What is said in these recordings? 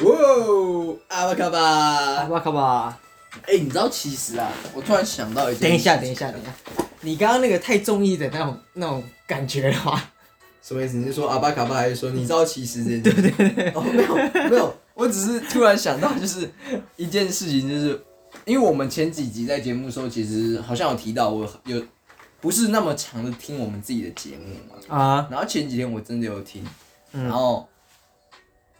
哇哦，阿巴卡阿巴！巴卡巴，哎，你知道其实啊，我突然想到一件，等一下，等一下，等一下，你刚刚那个太中意的那种那种感觉了吧？什么意思？你是说阿巴卡巴，还是说你知道其实这件事？对对对。哦，没有没有，我只是突然想到，就是一件事情，就是因为我们前几集在节目的时候，其实好像有提到，我有不是那么常的听我们自己的节目嘛。啊，然后前几天我真的有听，嗯然后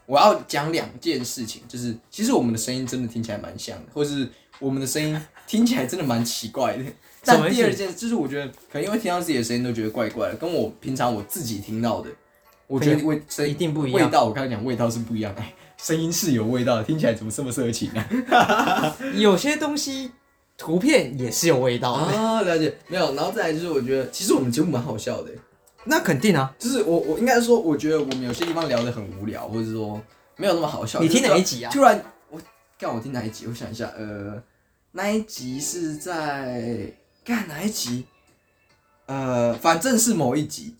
我要讲两件事情，就是其实我们的声音真的听起来蛮像的，或是我们的声音听起来真的蛮奇 怪的。什么但意思第二件就是我觉得可能因为听到自己的声音都觉得怪怪的，跟我平常我自己听到的，我觉得味声一定不一味样。道，我刚才讲味道是不一样的，哎声音是有味道的，听起来怎么这么色情啊呢、有些东西图片也是有味道的，啊， 了解，没有，然后再来就是我觉得其实我们节目蛮好笑的，那肯定啊。就是我我应该说，我觉得我们有些地方聊得很无聊，或者说没有那么好笑。你听就是哪一集啊突然我干，我听哪一集？我想一下，呃，那一集是在干哪一集？呃，反正是某一 集。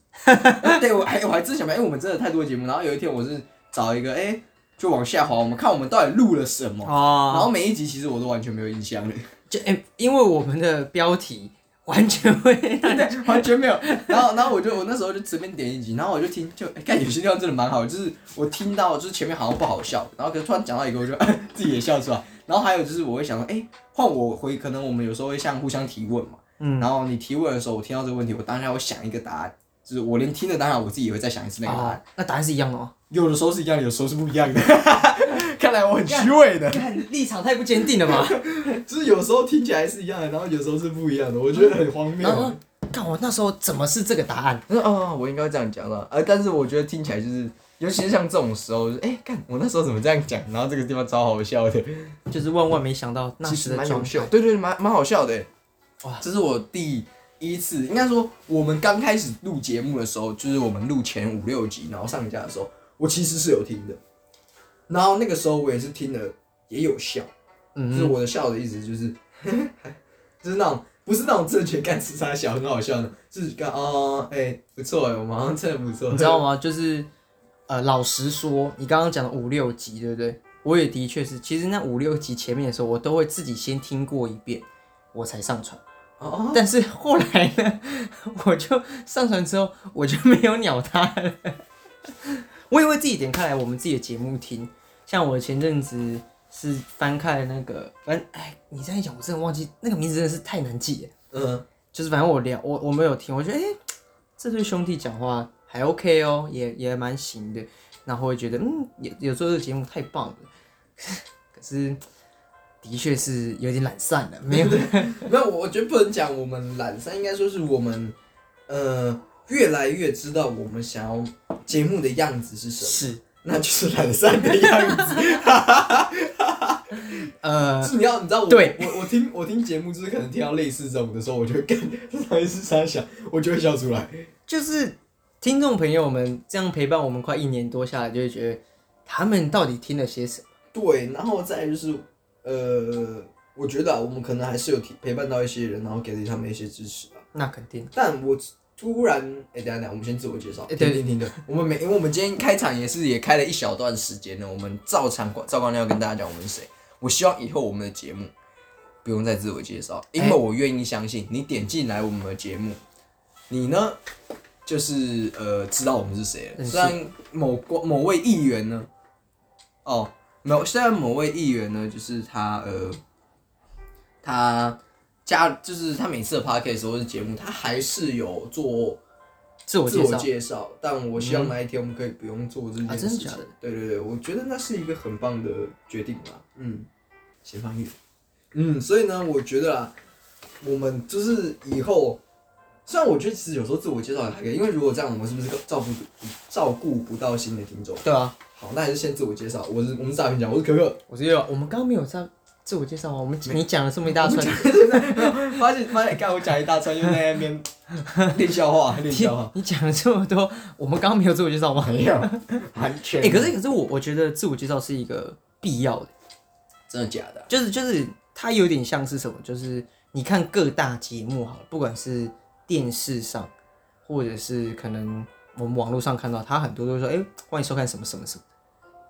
对，我还我还真想不起来，因为我们真的太多节目。然后有一天我是找一个，哎、就往下滑，我们看我们到底录了什么。然哦，后每一集其实我都完全没有印象了，就哎、因为我们的标题完全会 让对，完全没有。然后，然后我就我那时候就随便点一集，然后我就听，就哎，看、有些地方真的蛮好的，就是我听到就是前面好像不好笑，然后可是突然讲到一个，我就、 自己也笑出来。然后还有就是我会想说，哎、换我回，可能我们有时候会像互相提问嘛，嗯然后你提问的时候，我听到这个问题，我当下会想一个答案，就是我连听的当下我自己也会再想一次那个答案，哦，那答案是一样的吗？有的时候是一样，有的时候是不一样的。 看来我很虚伪的，立场太不坚定了 吧？ 就是有时候听起来是一样的，然后有时候是不一样的，我觉得很荒谬然后看我那时候怎么是这个答案？我说哦，我应该这样讲了，呃，但是我觉得听起来就是，尤其是像这种时候，就是哎、干，我那时候怎么这样讲？然后这个地方超好笑的，就是万万没想到那其时实的蛮状有态效，。对对，蛮蛮好笑的。哇哇，这是我第一次，应该说我们刚开始录节目的时候，就是我们录前五六集，然后上架的时候，我其实是有听的，然后那个时候我也是听了，也有笑，就是嗯，我的笑的意思就是，就是那种不是那种正确干吃啥笑很好笑的，是干哦哎、不错哎、我们好像真的不 错，你知道吗？就是呃，老实说，你刚刚讲的五六集，对不对？我也的确是，其实那五六集前面的时候，我都会自己先听过一遍，我才上传。哦，但是后来呢，我就上传之后，我就没有鸟他了。 我也会自己点开来我们自己的节目听，像我前阵子是翻看那个，反正哎，你这样一讲，我真的忘记那个名字，真的是太难记了。嗯，就是反正我聊我我没有听，我觉得哎、这对兄弟讲话还 OK 哦，也也蛮行的。然后会觉得嗯，有有做这个节目太棒了， 可是的确是有点懒散了， 没有没有，我觉得不能讲我们懒散，应该说是我们呃越来越知道我们想要节目的样子是什么，是那就是懒散的样子。呃是你要你知道我对我我听我听节目就是可能听到类似这种的时候，我就会干 这到底是啥想，我就会笑出来。就是听众朋友们这样陪伴我们快一年多下来，就会觉得他们到底听了些什么？对，然后再来就是呃，我觉得、啊、我们可能还是有提陪伴到一些人，然后给了他们一些支持吧。那肯定，但我突然，哎、等一下等一下，我们先自我介绍。哎对对停停对，我们每因为我们今天开场也是也开了一小段时间了，我们照常照惯例要跟大家讲我们是谁。我希望以后我们的节目不用再自我介绍，因为我愿意相信你点进来我们的节目，你呢就是呃知道我们是谁了。认识虽然某国某位议员呢，哦，某虽然某位议员呢，就是他呃他。加就是他每次的 podcast 或是节目，他还是有做自我自介我绍嗯介绍，但我希望那一天我们可以不用做这件啊事真的情。假的对对对，我觉得那是一个很棒的决定啦。嗯，先放远。嗯，所以呢，我觉得啊，我们就是以后，虽然我觉得其实有时候自我介绍还可以，因为如果这样，我们是不是照顾照顾不到新的听众？对啊，好，那还是先自我介绍。我是我们是大平讲，我是可可。我觉得我们刚刚没有在自我介绍啊，我们你讲了这么一大串，发现发现，刚我讲一大串，又在那 边练笑话，练天笑话。你讲了这么多，我们刚刚没有自我介绍吗？没有，完全哎、没有。可是可是我我觉得自我介绍是一个必要的，真的假的？就是就是它有点像是什么，就是你看各大节目好了，不管是电视上，或者是可能我们网络上看到，他很多都会说，哎、欢迎收看什么什么什么，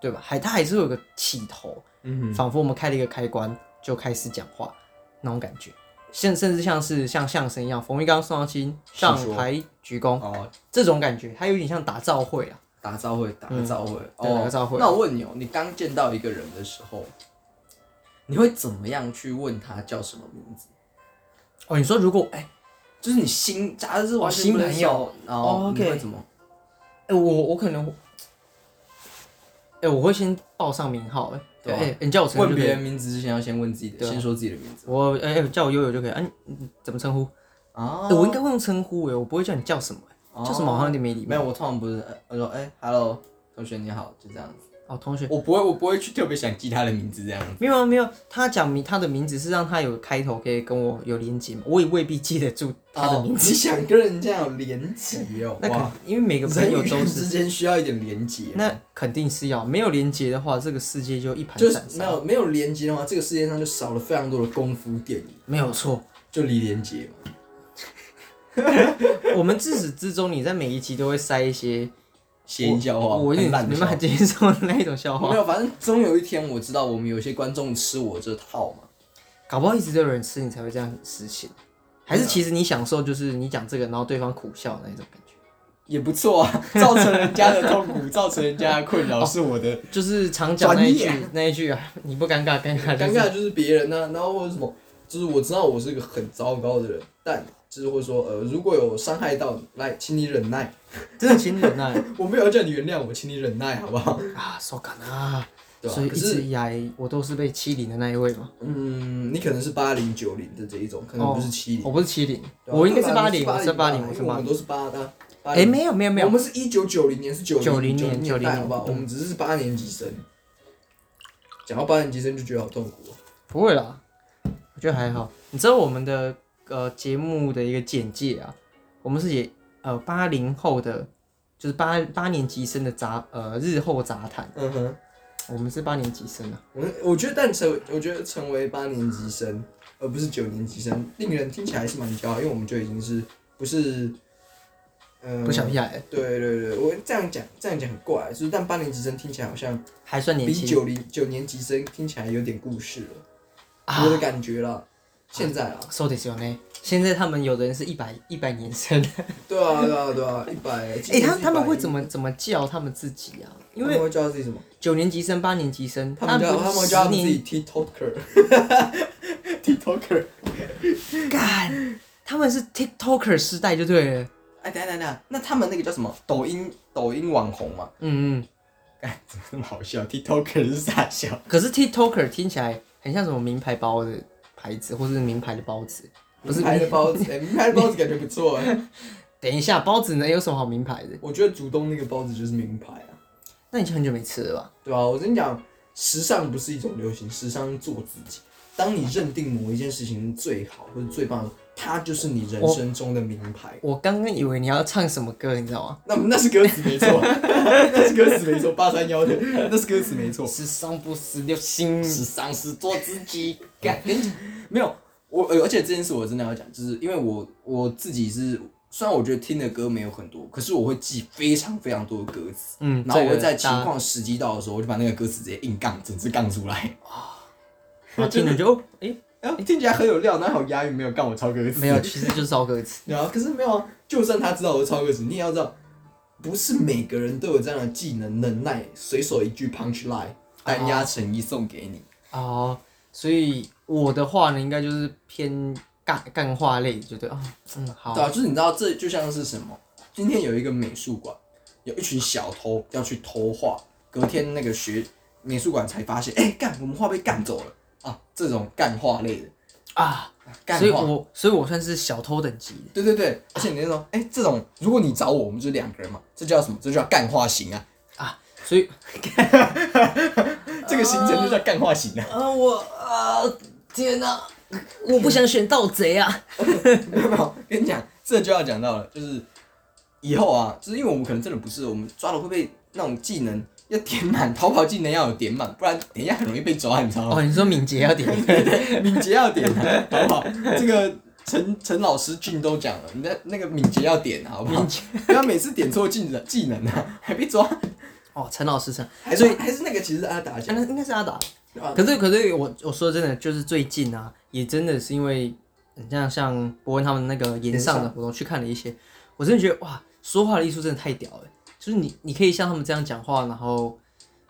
对吧？还他还是会有个起头，嗯仿佛我们开了一个开关就开始讲话那种感觉，甚甚至像是像相声一样，冯玉刚、宋少卿上细说台鞠躬哦，这种感觉，它有点像打造会啊，打招呼，打个招呼，嗯对打个哦，照会那我问你哦，你刚见到一个人的时候，你会怎么样去问他叫什么名字？哦，你说如果就是你新，假如是完全新不朋认识友，然后哦你，OK 会怎么？哎、我我可能，哎、我会先报上名号、哎，对对，啊哎、你叫我陈问就可别以，人名字之前要先问自己的，对啊先说自己的名字我哎、哎叫我悠悠就可以，哎、你你怎么称呼、啊哎我应该会用称呼、哎，我不会叫你叫什么、哎哦叫什么好像有点没礼没貌。有，我通常不是，呃我说哎、h e l l o 同学你好，就这样子。哦，同学，我不会，我不会去特别想记他的名字这样。没有啊没有，他讲名他的名字是让他有开头可以跟我有连接嘛，我也未必记得住他的名字。字， 你想跟人家有连结哦，那可哇，因为每个朋友人与都人是之，间需要一点连结。哦那肯定是要没有连接的话，这个世界就一盘就是散没沙。有没有连接的话，这个世界上就少了非常多的功夫电影，没有错，就李连杰嘛。我们自始至终你在每一集都会塞一些谐音笑话，我很有点烂的没笑办话法接受那一种笑没话，有，反正终有一天我知道我们有些观众吃我这套嘛。 搞不好一直都有人吃，你才会这样事情，还是其实你享受就是你讲这个，然后对方苦笑那一种感觉，也不错啊，造成人家的痛 苦，造成人家的困扰是我哦的就是常讲那一句专那一句啊，你不尴尬，尴尬就尴是尬就是别人啊呢、然后或者什么，就是我知道我是一个很糟糕的人，但就是会说，呃，如果有伤害到你，来，请你忍耐，真的请忍耐我没有要叫你原谅我，请你忍耐，好不好？ 啊，手感啊，对吧、所以可一直是，以来我都是被欺凌的那一位嘛，嗯，你可能是八零九零的这一种，可能不哦是七零、我不是欺凌，对啊吧我应该是对吧八你零，我是是八嘛零，我因是为我八们零，都是八的啊，八哎，零没有没有没我有，们是一九九零年，是九90年年九代， 90好不好？年我们只是八年级生，讲到八年级生就觉得好痛苦、哦。不会啦，我觉得还好，你知道我们的呃节目的一个简介啊，我们是也呃八零后的。就是八八年级生的杂呃日后杂谈，嗯哼，我们是八年级生啊，我我觉得，但成我觉得成为八年级生，而不是九年级生，令人听起来还是蛮骄傲，因为我们就已经是不是，嗯、不小屁啊孩，对对对，我这样讲这样讲很怪，啊就是但八年级生听起来好像还算年比轻九零九年级生听起来有点故事了，啊我。的感觉啦。现在啊，そうですよね。哦现在他们有的人是一百一百 年生，对啊对啊对啊，一百，哎、他他们会怎么？么怎么叫他们自己啊？因他为们会叫自己什么？九年级生、八年级生，他们叫不是他们叫他十们自年己 TikToker，TikToker， 干，他们是 TikToker 时代就对了。哎，等一下等一下，那他们那个叫什么？抖音抖音网红嘛？嗯嗯，哎， 怎么那么好笑？TikToker 是傻 笑。可是 TikToker 听起来很像什么名牌包的牌子，或者是名牌的包子。不是名牌的包子，哎，名牌的包子感觉不错哎。等一下，包子能有什么好名牌的？我觉得竹东那个包子就是名牌啊。那你就很久没吃了吧？对啊，我跟你讲，时尚不是一种流行，时尚是做自己。当你认定某一件事情最好或者最棒，它就是你人生中的名牌。我刚刚以为你要唱什么歌，你知道吗？那那是歌词没错，那是歌词没错，八三幺的，那是歌词没错。时尚不死流行，尚是做自己。干，跟你没有我，呃而且这件事我真的要讲，就是因为我我自己是，虽然我觉得听的歌没有很多，可是我会记非常非常多的歌词，嗯然后我这会个在情大家况时机到的时候，我就把那个歌词直接硬杠，整只杠出来。然后听着就哦，哎、 然后听起来很有料，然后好押韵，没有杠我抄歌词，没有，其实就是烧鸽子。然后可是没有啊，就算他知道我是超歌词，你也要知道，不是每个人都有这样的技能、能耐，随手一句 punch line，单押成一送给你。哦，所以我的话呢，应该就是偏干干话类，就对啊、嗯，对好，啊，就是你知道，这就像是什么？今天有一个美术馆，有一群小偷要去偷画，隔天那个学美术馆才发现，哎、干，我们画被干走了啊！这种干画类的，啊，干所以画，我所以我算是小偷等级的。对对对，而且你那种，哎、这种，如果你找我，我们就两个人嘛，这叫什么？这叫干化型啊！所以这个行程就叫干化型啊！啊，我啊，天哪、我不想选盗贼啊！没有没有，跟你讲，这就要讲到了，就是以后啊，就是因为我们可能真的不是，我们抓了会被那种技能要点满，逃跑技能要有点满，不然等一下很容易被抓，你知道吗？哦，你说敏捷要点，敏捷要点，好不好？这个陈陈老师俊都讲了，你的那个敏捷要点好不好？不要每次点错技能技能啊，还被抓。 哦，陈老师陈，还是还是那个其实是阿达啊讲那应该是阿达。啊可是可是我我说真的，就是最近啊，也真的是因为你像像伯恩他们那个岩上的活动去看了一些，我真的觉得哇，说话的艺术真的太屌了。就是你你可以像他们这样讲话，然后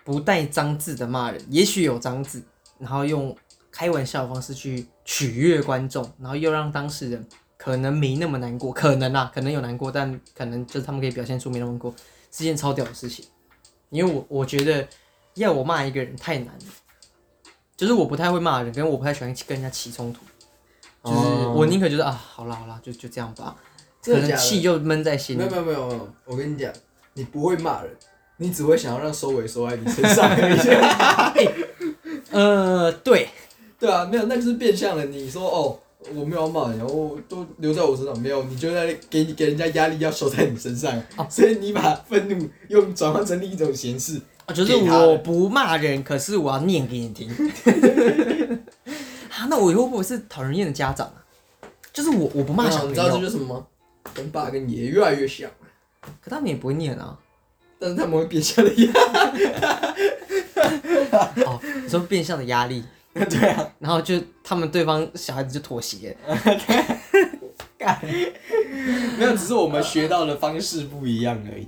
不带脏字的骂人，也许有脏字，然后用开玩笑的方式去取悦观众，然后又让当事人可能没那么难过，可能啊，可能有难过，但可能就是他们可以表现出没那么难过，是件超屌的事情。因为我我觉得要我骂一个人太难了。就是我不太会骂人，跟我不太喜欢跟人家起冲突，就是我宁可觉得啊，好啦好啦，就就这样吧，可哦真的能假的气就闷在心里没有。没有没有没有，我跟你讲，你不会骂人，你只会想要让收尾收在你身上而已。呃，对，对啊，没有，那就是变相了。你说哦，我没有要骂人，然后都留在我身上，没有，你就在给你给人家压力要收在你身上，所以你把愤怒用转换成另一种形式。啊就是给他了我不骂人，可是我要念给 你听。啊，那我以后会不会是讨人厌的家长啊？就是我我不骂小你哦朋知道这友，就是什么吗？跟爸跟爷越来越像，可他们也不会念啊。但是他们会变相的压。哦，你说变相的压力， 对啊，然后就他们对方小孩子就妥协。 没有，只是我们学到的方式不一样而已。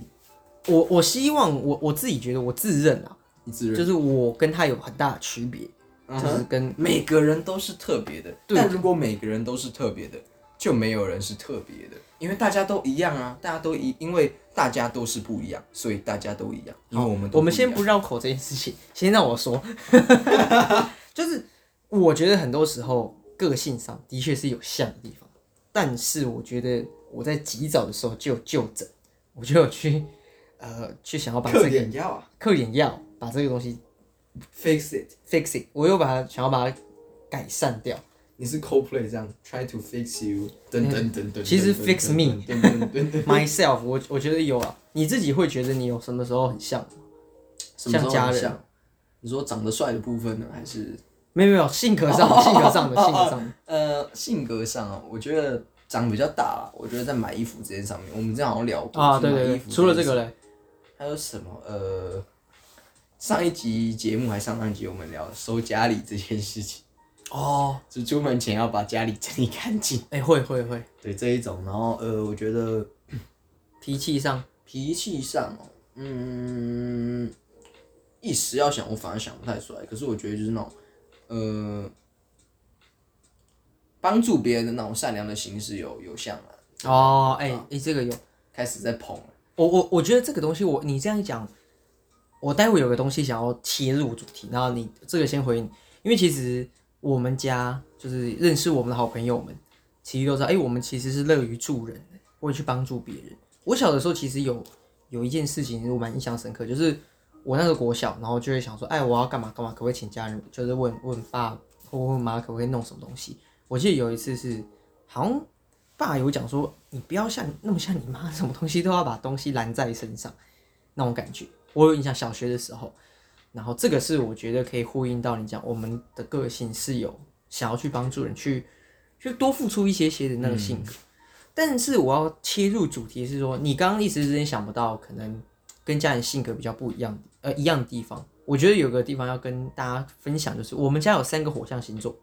我我希望我我自己觉得我自认啊，你自认就是我跟他有很大的区别，嗯就是跟每个人都是特别的，对但如果每个人都是特别的，就没有人是特别的，因为大家都一样啊，大家都一，因为大家都是不一样，所以大家都一样，因为我们都我们一样先不绕口这件事情， 先让 我说，就是我觉得很多时候个性上的确是有像的地方，但是我觉得我在极早的时候就有就诊，我就有去呃去想要把这嗑个点药啊嗑点药，把这个东西，fix it， fix it，我又把它想要把它改善掉。你是 Coldplay 这样，try to fix you，等等等等，其实噔 fix me 噔噔噔噔 myself，我我觉得有啊，你自己会觉得你有什么时候很像吗？什么时候像家很人像，你说长得帅的部分呢，还是没有没有，性格上的性格上的性格上的，呃性格上啊？我觉得长比较大啦，我觉得在买衣服这件上面，我们之前好像聊过 啊，就是对买对衣对服，除了件这事个嘞，还有什么？呃，上一集节目还上上集我们聊收家里这件事情，哦，就出门前要把家里整理干净，哎、会会会，对这一种。然后呃，我觉得脾气上脾气上哦，嗯，一时要想我反而想不太出来，可是我觉得就是那种呃，帮助别人的那种善良的形式有有像了，哦，哎、哎、这个有，开始在捧啊了。我我我觉得这个东西我，你这样一讲，我待会有个东西想要切入主题，然后你这个先回应，因为其实我们家就是认识我们的好朋友们，其实都知道，哎、我们其实是乐于助人的，会去帮助别人。我小的时候其实有有一件事情我蛮印象深刻，就是我那时候国小，然后就会想说，哎，我要干嘛干嘛，可不可以请家人，就是问问爸或问妈可不可以弄什么东西。我记得有一次是好像爸有讲说，你不要像那么像你妈，什么东西都要把东西拦在身上，那种感觉。我有印象小学的时候，然后这个是我觉得可以呼应到你讲我们的个性是有想要去帮助人去，去多付出一些些的那个性格。但是我要切入主题是说，你刚刚一时之间想不到可能跟家人性格比较不一样，呃，一样的地方。我觉得有个地方要跟大家分享，就是我们家有三个火象星座，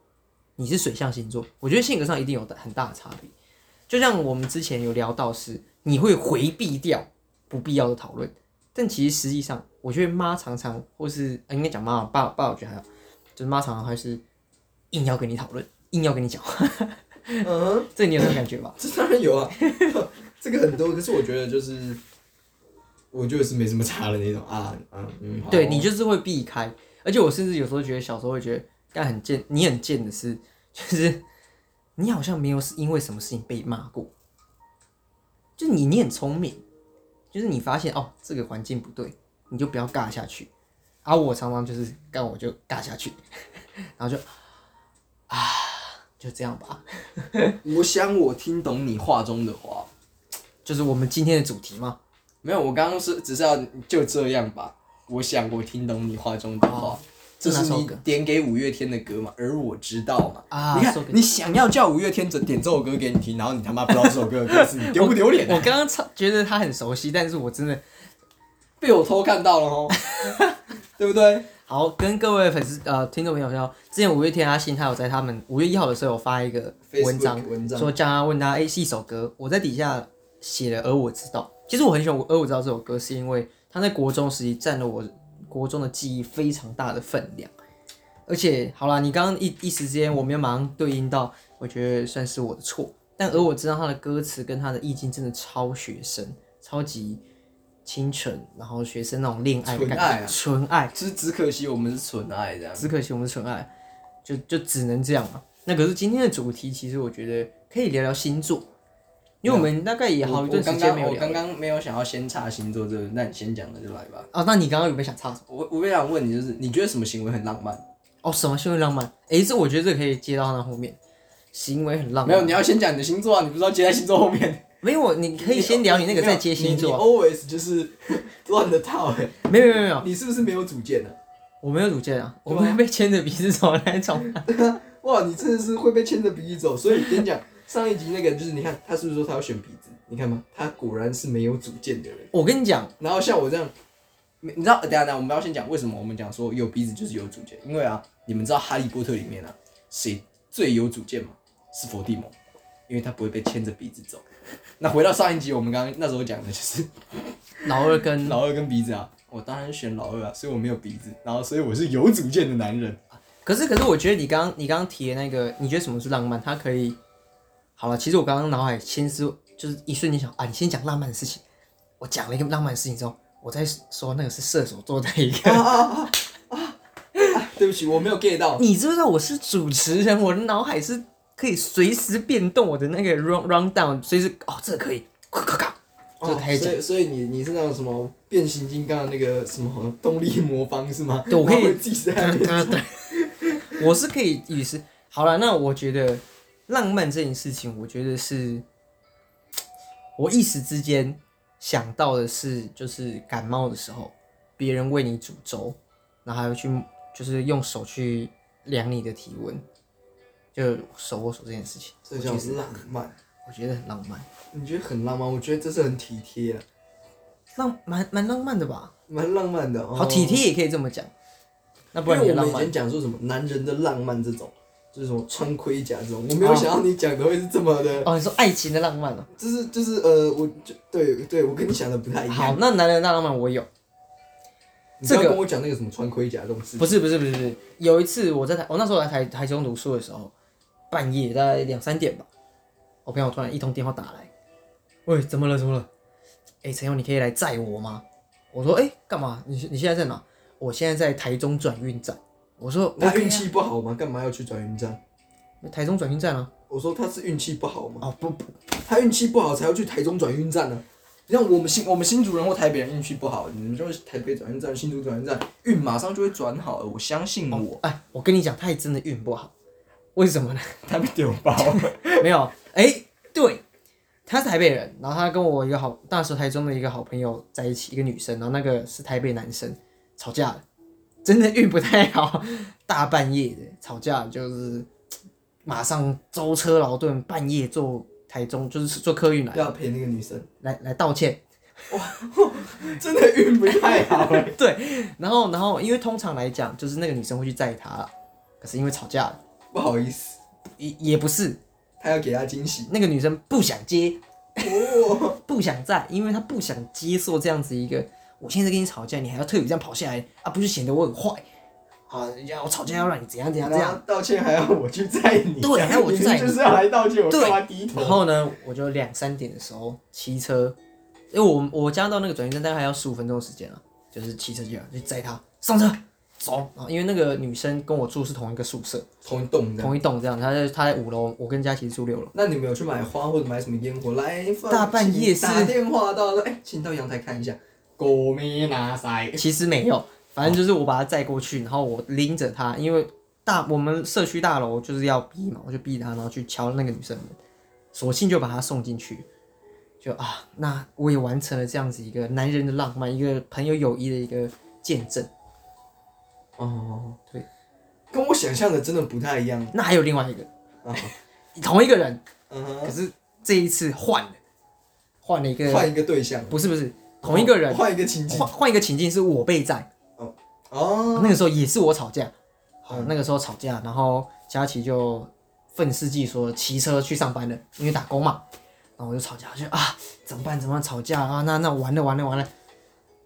你是水象星座，我觉得性格上一定有很大的差别。就像我们之前有聊到是，你会回避掉不必要的讨论，但其实实际上，我觉得妈常常或是、呃应该讲妈啊爸爸，我觉得还好，就是妈常常还是硬要跟你讨论，硬要跟你讲话，嗯哼，这你有这种感觉吧？这当然有啊， 这个很多。可是我觉得就是，我觉得是没什么差的那种啊啊嗯。好对你就是会避开，而且我甚至有时候觉得小时候会觉得，但很贱，你很贱的是，就是你好像没有因为什么事情被骂过，就你你很聪明，就是你发现哦这个环境不对，你就不要尬下去。而、我常常就是干我就尬下去，然后就啊就这样吧，我想我听懂你话中的话。就是我们今天的主题嘛。没有，我刚刚是只是要就这样吧。我想我听懂你话中的话，这哪是哦首你歌点给五月天的歌嘛？而我知道嘛。啊你看说给，你想要叫五月天整点这首歌给你听，然后你他妈不知道这首歌的歌词，你丢不丢脸、我 啊？刚刚超觉得他很熟悉，但是我真的被我偷看到了 哦，对不对？好跟各位粉丝呃听众朋友说，之前五月天阿信他有在他们五月一号的时候有发一个 Facebook 文章，文章说叫他问他哎是一首歌，我在底下写了《而我知道》，哦其实我很喜欢《而我知道》这首歌，是因为它在国中时期占了我国中的记忆非常大的分量，而且好啦，你刚刚一一时之间我没有马上对应到，我觉得算是我的错，但而我知道他的歌词跟他的意境真的超学生，超级清纯，然后学生那种恋爱的纯爱感啊觉，纯爱。只只可惜我们是纯爱这样。只可惜我们纯爱，啊就就只能这样嘛。那可是今天的主题，其实我觉得可以聊聊星座，因为我们大概也好一段时间没有我我刚聊了。刚我刚刚没有想要先插星座这个，那你先讲了就来吧。啊，那你刚刚有没有想插什么？我我想问你，就是你觉得什么行为很浪漫？哦，什么行为浪漫？诶，这我觉得这个可以接到他后面，行为很浪没漫。有，你要先讲你的星座啊，你不知道接在星座后面。没有，你可以先聊你那个再接星座啊。你你 always 就是 乱的套哎、没有没有没有，你是不是没有主见啊呢、我没有主见啊，我们被牵着鼻子走那种。哇，你真的是会被牵着鼻子走。所以跟你讲，上一集那个就是你看他是不是说他要选鼻子？你看吗？他果然是没有主见的人。我跟你讲，然后像我这样，没你知道，等一下等一下，我们要先讲为什么我们讲说有鼻子就是有主见，因为啊，你们知道《哈利波特》里面啊，谁最有主见吗？是伏地魔，因为他不会被牵着鼻子走。那回到上一集，我们刚刚那时候讲的就是老 二跟老二跟鼻子啊，我当然选老二啊，所以我没有鼻子，然后所以我是有主见的男人。可是，可是我觉得你刚刚你刚刚提的那个，你觉得什么是浪漫？它可以，好了，其实我刚刚脑海先是就是一瞬间想啊，你先讲浪漫的事情。我讲了一个浪漫的事情之后，我再说那个是射手座的一个。 对不起，我没有 get 到。你知不知道我是主持人，我的脑海是可以随时变动我的那个 run run down，随时哦，这个可以，咔咔咔，这个哦可以讲所。以所以你你是那种什么变形金刚的那个什么动力魔方是吗？对我可以然后会自己在那边 对对，我是可以与时。好了，那我觉得浪漫这件事情，我觉得是我一时之间想到的是，就是感冒的时候，别人为你煮粥，然后还会去就是用手去量你的体温，就手握手这件事情，这叫浪漫。我觉得很浪漫，你觉得很浪漫？我觉得这是很体贴啊，浪蛮蛮浪漫的吧？蛮浪漫的。哦、好，体贴也可以这么讲。那因不为然你我的们以浪前漫，讲说什么男人的浪漫这种，就是什么穿盔甲这种，我没有想到你讲的会是这么的，哦，你说爱情的浪漫哦。就是就是呃，我就对对，我跟你想的不太一样。好，那男人的浪漫我有。你不要这个跟我讲那个什么穿盔甲这种事不情。是不是不是不是，有一次我在台，我那时候来台台中读书的时候，半夜大概两三点吧，我朋友突然一通电话打来，喂，怎么了怎么了？哎、陈勇，你可以来载我吗？我说，哎、干嘛？你你现在在哪？我现在在台中转运站。我说，他 OK 啊运气不好吗？干嘛要去转运站？台中转运站啊。我说他是运气不好吗？哦不不，他运气不好才要去台中转运站呢、像我们新我们新竹人或台北人运气不好，你们就是台北转运站、新竹转运站，运马上就会转好了。我相信我，哎，我跟你讲，他也真的运不好，为什么呢？他被丢包。 没有，哎、对，他是台北人，然后他跟我一个好那时候台中的一个好朋友在一起，一个女生，然后那个是台北男生，吵架了，真的运不太好，大半夜的吵架，就是嘖马上舟车劳顿，半夜坐台中就是坐客运来 要陪那个女生，来来道歉， 真的运不太好、欸。然后然后因为通常来讲就是那个女生会去载他啦，可是因为吵架了，不好意思，也也不是他要给他惊喜。那个女生不想接，哦， 不想在，因为他不想接受这样子一个，我现在跟你吵架，你还要特别这样跑下来啊，不是显得我很坏啊？人家我吵架要让你怎样怎样怎然后样。道歉还要我去载你，对还要我去载你明明就是要来道歉，我对干嘛低然头？后呢，我就两三点的时候骑车，因为我我家到那个转运站大概还要十五分钟的时间啊，就是骑车去啊，就载他上车走。然后因为那个女生跟我住是同一个宿舍，同一栋这样。同一栋这样，她在她在五楼，我跟佳琪住六楼。那你们有去买花或者买什么烟火？来，放大半夜请打是电话到了，哎、请到阳台看一下。狗没拿塞，其实没有，反正就是我把他载过去，然后我拎着他，因为大我们社区大楼就是要逼嘛，我就逼他，然后去敲那个女生门，索性就把他送进去，就啊，那我也完成了这样子一个男人的浪漫，一个朋友友谊的一个见证。哦，对，跟我想象的真的不太一样。那还有另外一个嗯 同一个人，嗯可哼，是这一次换了，换了一个，换一个对象，不是不是同一个人，换一个情境换。换一个情境是我被在，哦，那个时候也是我吵架，好、嗯那个时候吵架，然后佳琪就愤世嫉俗，骑车去上班了，因为打工嘛，然后我就吵架，我就啊怎么办怎么办吵架啊那那完了完了完了，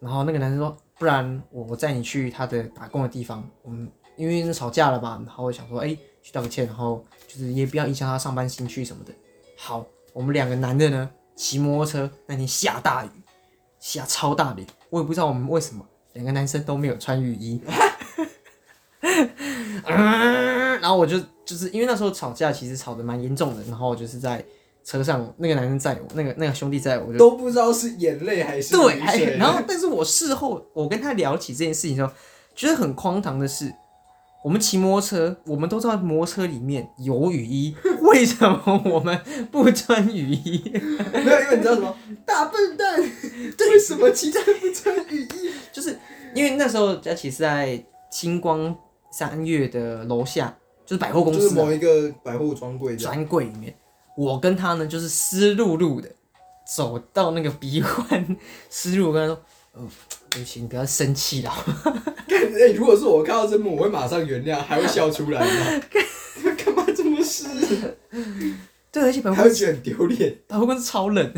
然后那个男生说不然我我载你去他的打工的地方，我们因为是吵架了嘛，然后我想说哎、去道个歉，然后就是也不要影响他上班兴趣什么的。好，我们两个男的呢骑摩托车那天下大雨，下超大雨，我也不知道我们为什么两个男生都没有穿雨衣。 嗯然后我就就是因为那时候吵架，其实吵得蛮严重的。然后我就是在车上，那个男生载我，那个那个兄弟载我，我就都不知道是眼泪还是对，泪还水然后但是我事后我跟他聊起这件事情的时候，觉得很荒唐的是，我们骑摩托车，我们都知道摩托车里面有雨衣，为什么我们不穿雨衣？没有，因为你知道什么？大笨蛋，为什么骑车不穿雨衣？就是因为那时候佳琪是在星光三月的楼下，就是百货公就是司、啊某、一个百货专柜这样。专柜里面，我跟他呢就是湿漉漉的走到那个鼻环，湿漉，我跟他说，嗯、对不起，你不要生气啦，干哎、如果是我看到这幕，我会马上原谅，还会笑出来 呢。 干嘛这么湿？对，而且百货还会公司觉得很丢脸，百货公司超冷。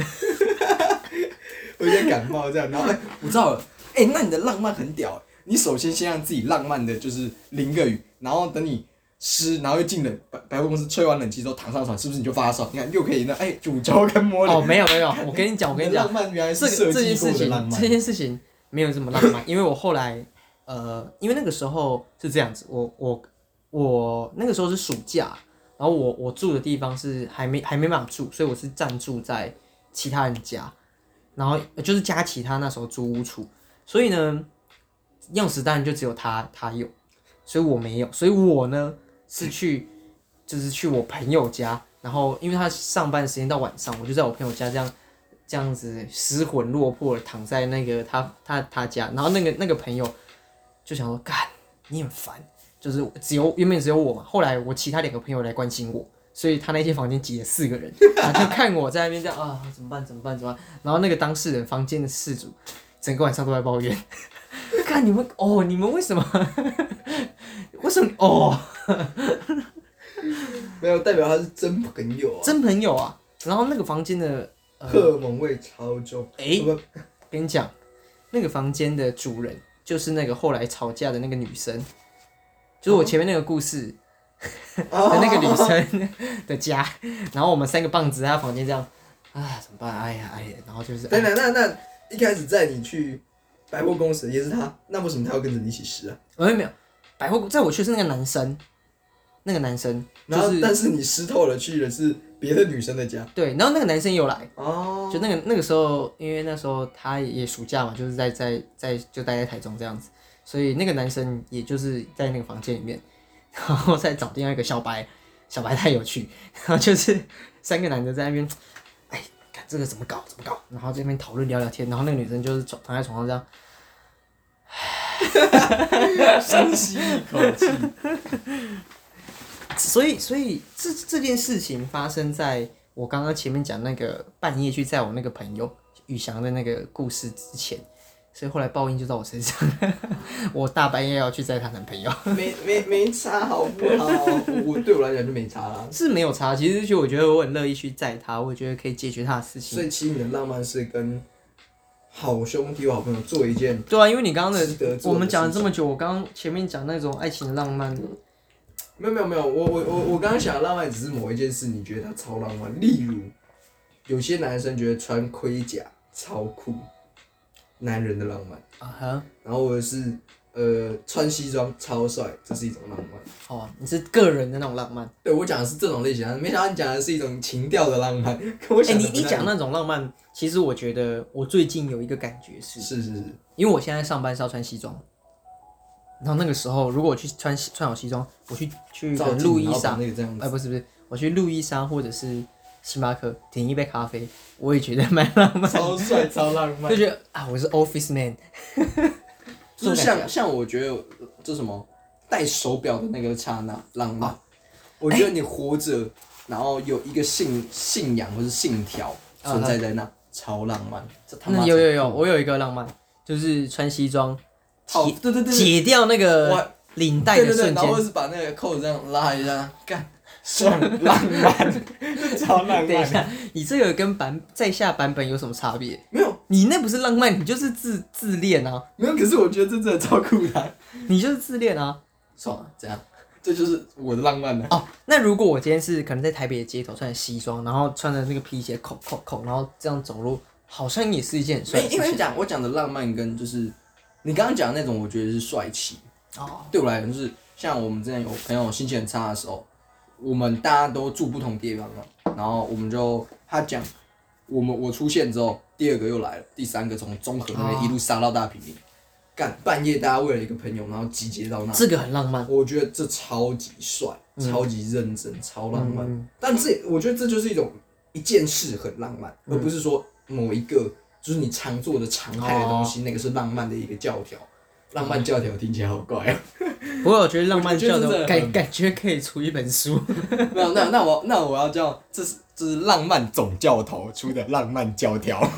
我有点感冒这样。然后、哎我知道了，哎、那你的浪漫很屌、你首先先让自己浪漫的，就是淋个雨，然后等你湿，然后又进冷百百货公司，吹完冷气之后躺上床，是不是你就发烧？你看又可以那哎、煮粥跟摸脸。哦，没有没有，我跟你讲，我跟你讲浪，漫原来这是设个这计件过事的浪情，漫这。件事情没有这么浪漫，因为我后来，呃，因为那个时候是这样子，我我我那个时候是暑假，然后我我住的地方是还没还没办法住，所以我是暂住在其他人家，然后呃就是佳琪他那时候租屋处，所以呢，钥匙当然就只有他他有，所以我没有，所以我呢是去就是去我朋友家，然后因为他上班时间到晚上，我就在我朋友家这样这样子失魂落魄的躺在那个他他他家，然后那个那个朋友就想说，干你很烦，就是只有原本只有我嘛，后来我其他两个朋友来关心我。所以他那间房间挤了四个人，然后就看我在那边这样啊，怎么办？怎么办？怎么办？然后那个当事人房间的事主，整个晚上都在抱怨，看你们哦，你们为什么？为什么？哦，没有代表他是真朋友啊，真朋友啊。然后那个房间的，呃，荷尔蒙味超重。诶不不跟你讲，那个房间的主人就是那个后来吵架的那个女生，就是我前面那个故事的那个女生 的家。然后我们三个棒子在她房间这样，啊，怎么办？哎呀，哎呀，然后就是，等等，那那一开始载你去百货公司的也是他，那为什么他要跟着你一起湿啊？没有没有，百货在我去是那个男生，那个男生就然后，是但是你湿透了去的是别的女生的家对，然后那个男生也有来。哦就那个那个时候，因为那时候他也暑假嘛，就是在在在就待在台中这样子，所以那个男生也就是在那个房间里面， 然后再找另外一个小白，小白太有趣， 然后就是三个男的在那边，哎，看这个怎么搞怎么搞，然后这边讨论聊聊天，然后那个女生就是躺躺在床上这样，深吸一口气，所以所以这这件事情发生在我刚刚前面讲那个半夜去载我那个朋友宇翔的那个故事之前，所以后来报应就到我身上， 我大半夜要去载她男朋友，没没没差好不好？ 我我对我来讲就没差啦。是没有差。其实就我觉得我很乐意去载她，我觉得可以解决她的事所情。以其实你的浪漫是跟好兄弟、好朋友做一件，对啊，因为你刚刚值得的做我的们讲了这么久，我刚刚前面讲那种爱情的浪漫，嗯没有没有没有，我我我我刚刚想的浪漫只是某一件事，你觉得它超浪漫，例如有些男生觉得穿盔甲超酷，男人的浪漫。啊哈，然后或者是呃穿西装超帅，这是一种浪漫。好啊，你是个人的那种浪漫。对我讲的是这种类型，啊，没想到你讲的是一种情调的浪漫， 跟我哎、想的你不你太讲一样那种浪漫，其实我觉得我最近有一个感觉是，是是是，因为我现在上班是要穿西装，然后那个时候如果我去穿西穿好西装，我去去可照能镜路易然后把莎，那个这样哎、子，不是不是，我去路易莎或者是星巴克点一杯咖啡，我也觉得蛮浪漫， 超帅超浪漫就。觉得啊，我是 office man， 就这是种感觉像像我觉得呃这什么戴手表的那个刹那浪漫，啊我觉得你活着，然后有一个信信仰或是信条啊存在在那，超浪漫。这他妈那有才有有，我有一个浪漫，就是穿西 装哦，对对对对，解掉那我个还领带对的对对，瞬然后间。是把那个扣子这样拉一下，干， 爽浪漫， 超浪等一漫。下，你这个跟版在下版本有什么差别？没有你那不是浪漫，你就是自自恋啊，没有，可是我觉得这真的超酷的啊，你就是自恋啊。爽啊，这样，这就是我的浪漫啊了。哦，那如果我今天是可能在台北的街头穿着西装，然后穿着那个皮鞋，扣扣扣，然后这样走路，好像也是一件很帅没，的事因为情。讲我讲的浪漫跟就是你刚刚讲的那种，我觉得是帅气。哦，对我来讲，就是像我们之前有朋友心情很差的时候，我们大家都住不同地方嘛，然后我们就他讲我们我出现之后，第二个又来了，第三个从中和那边一路杀到大平林，干、半夜大家为了一个朋友，然后集结到那，这个很浪漫。我觉得这超级帅，超级认真，超浪漫。嗯但这我觉得这就是一种一件事很浪漫，而不是说某一个就是你常做的常态的东西，那个是浪漫的一个教条。浪漫教条听起来好怪啊！不过我觉得浪漫我觉得教这的真的感很感觉可以出一 本书。没 有，那那我那我要叫这是这是浪漫总教头出的 浪漫教条，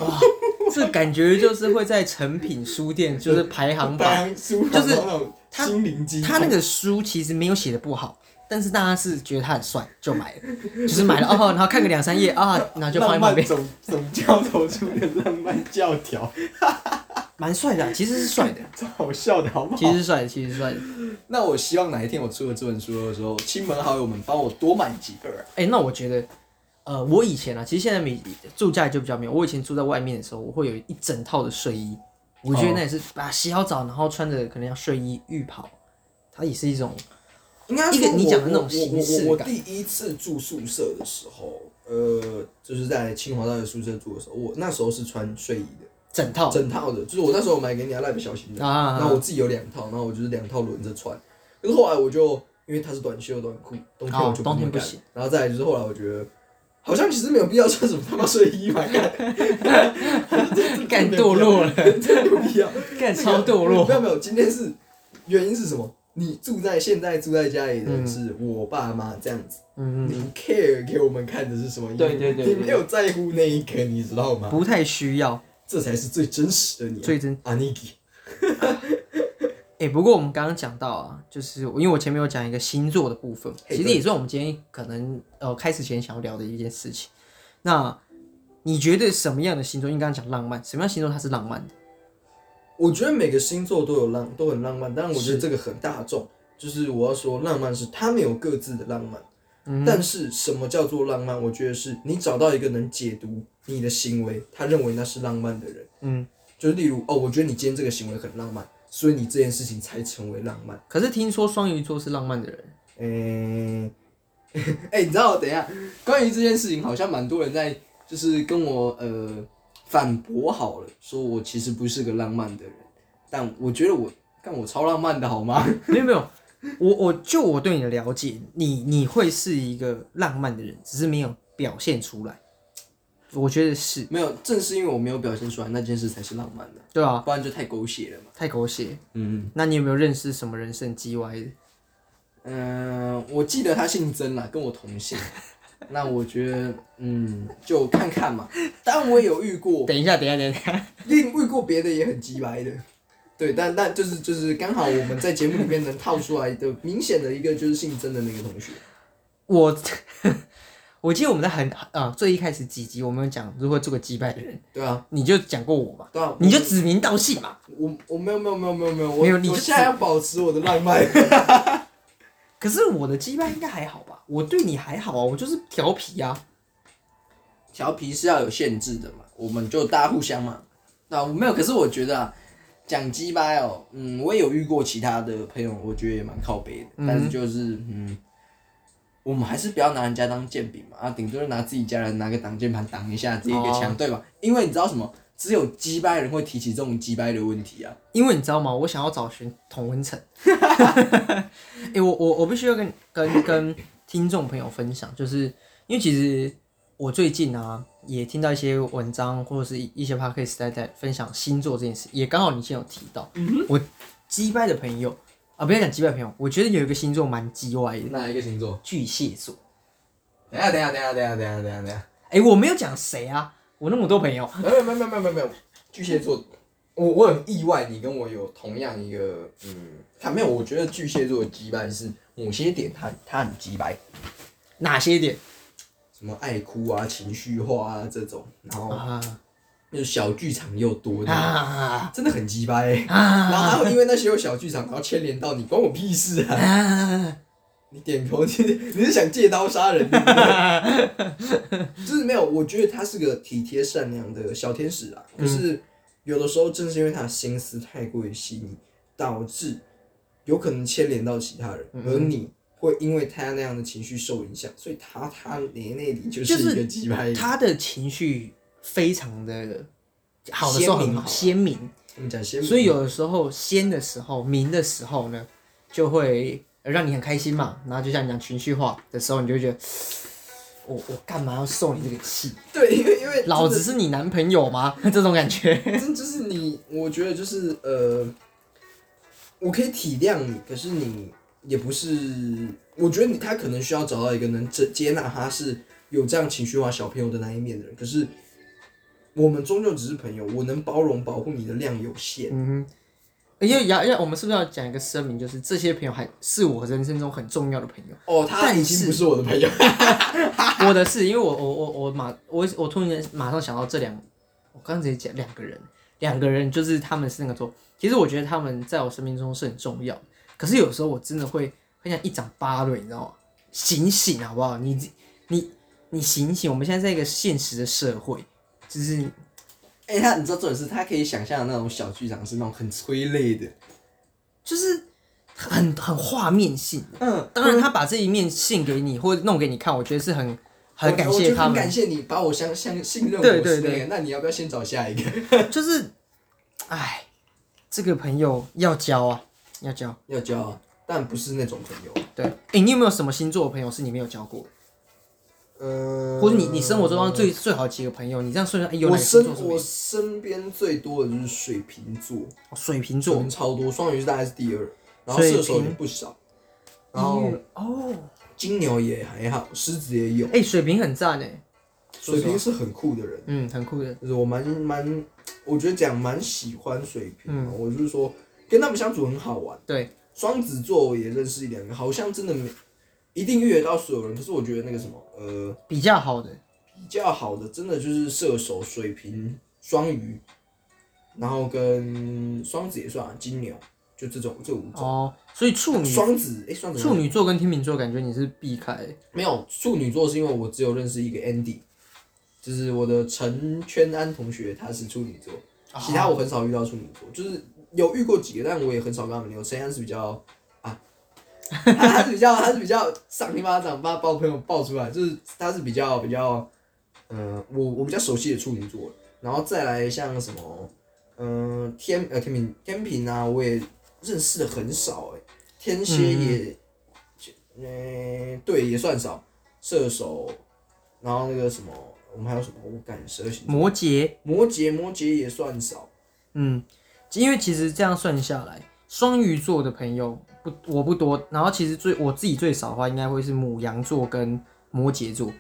这感觉就是会在成品书店就是排行榜，当书就是那种他心灵鸡汤他那个书其实没有写的不好，但是大家是觉得他很帅就买 了，就是买了哦，然后看个两三页啊，然后就放在浪旁漫边，总总教头出的浪漫教条，蛮帅的啊，其实是帅的，这好笑的好不其好？实是帅的，其实是帅的。那我希望哪一天我出了这本书的时候，亲朋好友们帮我多买几本啊。哎、那我觉得，呃，我以前啊，其实现在没住家里就比较没有。我以前住在外面的时候，我会有一整套的睡衣，我哦觉得那也是把、洗好澡，然后穿着可能要睡衣浴袍，它也是一种应该一个你讲的那种形式我我我我感第一次住宿舍的时候，呃，就是在清华大学宿舍住的时候，我那时候是穿睡衣的，整套整套的，就是我那时候买给你啊，蜡笔小新的，啊然后我自己有两套，然后我就是两套轮着穿。可是后来我就因为它是短袖短裤，冬天我哦就那冬么天不干行。然后再来就是后来我觉得。好像其实没有必要穿什么他妈睡衣嘛，干 干堕落了，真的没有必要。干超堕落 没。有没有，今天是原因是什么？你住在现在住在家里的人嗯是我爸妈这样子，嗯你嗯，不 care 给我们看的是什么因为对对对对你没有在乎那一刻，你知道吗？不太需要这才是最真实的你、啊。最真。阿尼基，哎、不过我们刚刚讲到啊，就是我因为我前面有讲一个星座的部分，嘿其实对也算我们今天可能呃开始前想要聊的一件事情。那你觉得什么样的星座？因为刚刚讲浪漫，什么样的星座它是浪漫的？我觉得每个星座都有浪，都很浪漫，但是我觉得是这个很大众。就是我要说，浪漫是他们有各自的浪漫，嗯但是什么叫做浪漫？我觉得是你找到一个能解读你的行为，他认为那是浪漫的人。嗯，就是例如，哦，我觉得你今天这个行为很浪漫，所以你这件事情才成为浪漫。可是听说双鱼座是浪漫的人， 诶、 哎、你知道，等一下，关于这件事情，好像蛮多人在就是跟我呃反驳好了，说我其实不是个浪漫的人，但我觉得我但我超浪漫的好吗？ 没有没有，我我就我对你的了解，你你会是一个浪漫的人，只是没有表现出来。我觉得是没有，正是因为我没有表现出来，那件事才是浪漫的，对啊，不然就太狗血了嘛。太狗血。嗯那你有没有认识什么人生 G Y 的？嗯、呃我记得他姓曾啦，跟我同姓。那我觉得，嗯，就看看嘛。当然我也有遇过，等一下，等一下，等一下， 因为遇过别的也很鸡掰的，对，但但就是就是刚好我们在节目里面能套出来的明显的一个就是姓曾的那个同学，我 我记得我们在很啊、最一开始几集我们有讲如何做个击败的人，对啊，你就讲过我嘛，对啊，你就指名道姓嘛。我我没有没有没有没有没有，我没有你我就现在要保持我的浪漫，可是我的击败应该还好吧？我对你还好啊，我就是调皮啊。调皮是要有限制的嘛，我们就大家互相嘛，那我没有，可是我觉得啊。讲鸡掰哦，嗯，我也有遇过其他的朋友，我觉得也蛮靠背的，但是就是嗯，我们还是不要拿人家当剑柄嘛，啊，顶多就拿自己家人拿个挡箭盘挡一下这一个墙，对吧？因为你知道什么？只有鸡掰人会提起这种鸡掰的问题啊。因为你知道吗？我想要找寻童文 成。哎、我我我必须要跟跟跟听众朋友分享，就是因为其实我最近啊也听到一些文章或者是一一些 podcast 在在分享星座这件事，也刚好你先有提到，我鸡掰的朋友啊，不要讲鸡掰的朋友，我觉得有一个星座蛮鸡歪的，哪一个星座？巨蟹座。等一下，等一下，等一下，等一下，等一下，等一下，等一下。哎、我没有讲谁啊，我那么多朋友，没有，没有，没有，没有没有，没有。巨蟹座，我我很意外，你跟我有同样一个，嗯，看没有？我觉得巨蟹座的羁绊是某些点他，他很羁绊，哪些点什么爱哭啊、情绪化啊这种，然后啊就是小剧场又多的，啊真的很鸡掰、欸。然后啊还会因为那些有小剧场，然后牵连到你，关我屁事啊！啊！你点头，你你是想借刀杀人？对不 对就是没有，我觉得他是个体贴善良的小天使啊。可是有的时候，正是因为他的心思太过于细腻，导致有可能牵连到其他人，而你会因为他那样的情绪受影响，所以他他连那里就就是一个是鸡掰。他的情绪非常的好的嗯时候鲜明很好好鲜明，我们讲先，所以有的时候鲜的时候、明的时候呢，就会呃让你很开心嘛。然后就像你讲情绪化的时候，你就会觉得。我我干嘛要受你这个气？对，因为因为老真的子是你男朋友吗？ 这种感觉。真就是你，我觉得就是呃，我可以体谅你，可是你也不是，我觉得你他可能需要找到一个能接接纳他是有这样情绪化小朋友的那一面的人。可是我们终究只是朋友，我能包容保护你的量有限。嗯哼，因为要要我们是不是要讲一个声明，就是这些朋友还是我人生中很重要的朋友。哦，他但已经是不是我的朋友。 我的是，因为我我我我马我我突然间马上想到这两，我刚才讲两个人，两个人就是他们是那个座，其实我觉得他们在我生命中是很重要的，可是有时候我真的会很想一掌扒了，你知道吗？醒醒好不好？你你你醒醒！我们现在在一个现实的社会，就是哎、他你知道重点是他可以想象的那种小剧场是那种很催泪的，就是很很画面性。嗯，当然，他把这一面献给你或弄给你看，我觉得是很很感我我谢就他很们。感谢你把我相相信任我对对是那对个那你要不要先找下一个？ 就是，哎，这个朋友要交啊，要交。要交啊，但不是那种朋友。对，哎、你有没有什么星座的朋友是你没有交过的，嗯，或者你你生活中最最好几个朋友，你这样顺着，哎、有哪我个星座身是没我身边最多的就是水瓶座，哦水瓶水座瓶、超多，双鱼是大概是第二，然后水射瓶手也不少，然音后乐哦，金牛也还好，狮子也有哎、。水瓶很赞哎，说水实话瓶是很酷的人，嗯，很酷的，就是我蛮蛮，我觉得讲蛮喜欢水瓶嗯的，我就是说跟他们相处很好玩。对，双子座我也认识一两个，好像真的没一定遇得到所有人，可是我觉得那个什么，呃，比较好的，比较好的，真的就是射手、水瓶、双鱼，然后跟双子也算啊，金牛，就这种这五种。哦，所以处女双子，哎、双子处女座跟天秤座感觉你是避开的，没有处女座，是因为我只有认识一个 Andy，就是我的陈圈安同学，他是处女座，哦其他我很少遇到处女座，就是有遇过几个，但我也很少跟他们聊。陈安是比较啊， 他他是比较他是比较赏你巴掌，把把我朋友爆出来，就是他是比较比较，嗯、我我比较熟悉的处女座，然后再来像什么，嗯、天呃天平天平啊，我也认识的很少哎、天蝎也，嗯、对也算少，射手，然后那个什么，我们还有什么？我感十二星座，摩羯摩羯摩羯也算少。嗯，因为其实这样算下来，双鱼座的朋友不我不多，然后其实最我自己最少的话，应该会是母羊座跟摩羯座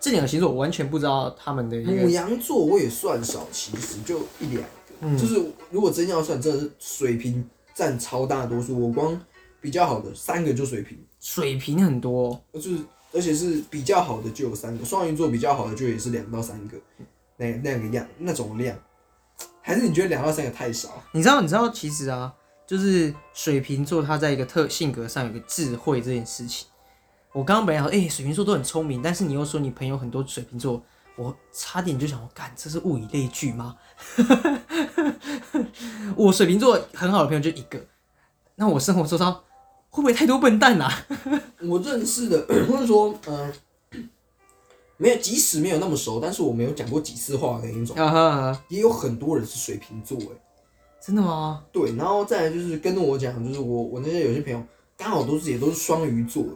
这两个星座，我完全不知道他们的一母个羊座我也算少，其实就一两个，嗯就是如果真要算，真的是水瓶占超大多数。我光比较好的三个就水瓶，水平很多就哦、是而且是比较好的就有三个，双鱼座比较好的就也是两到三个，那那个样那种量，还是你觉得两到三个太少？你知道，你知道，其实啊，就是水瓶座，他在一个特性格上有个智慧这件事情。我刚刚本来想说，哎、水瓶座都很聪明，但是你又说你朋友很多水瓶座，我差点就想说，干，这是物以类聚吗？ 我水瓶座很好的朋友就一个，那我生活周遭会不会太多笨蛋啊？我认识的， 或者说，嗯、没有，即使没有那么熟，但是我没有讲过几次话的那一种，啊哈，也有很多人是水瓶座、欸，真的吗？对，然后再来就是跟我讲，就是我我那些有些朋友刚好都是也都是双鱼座的，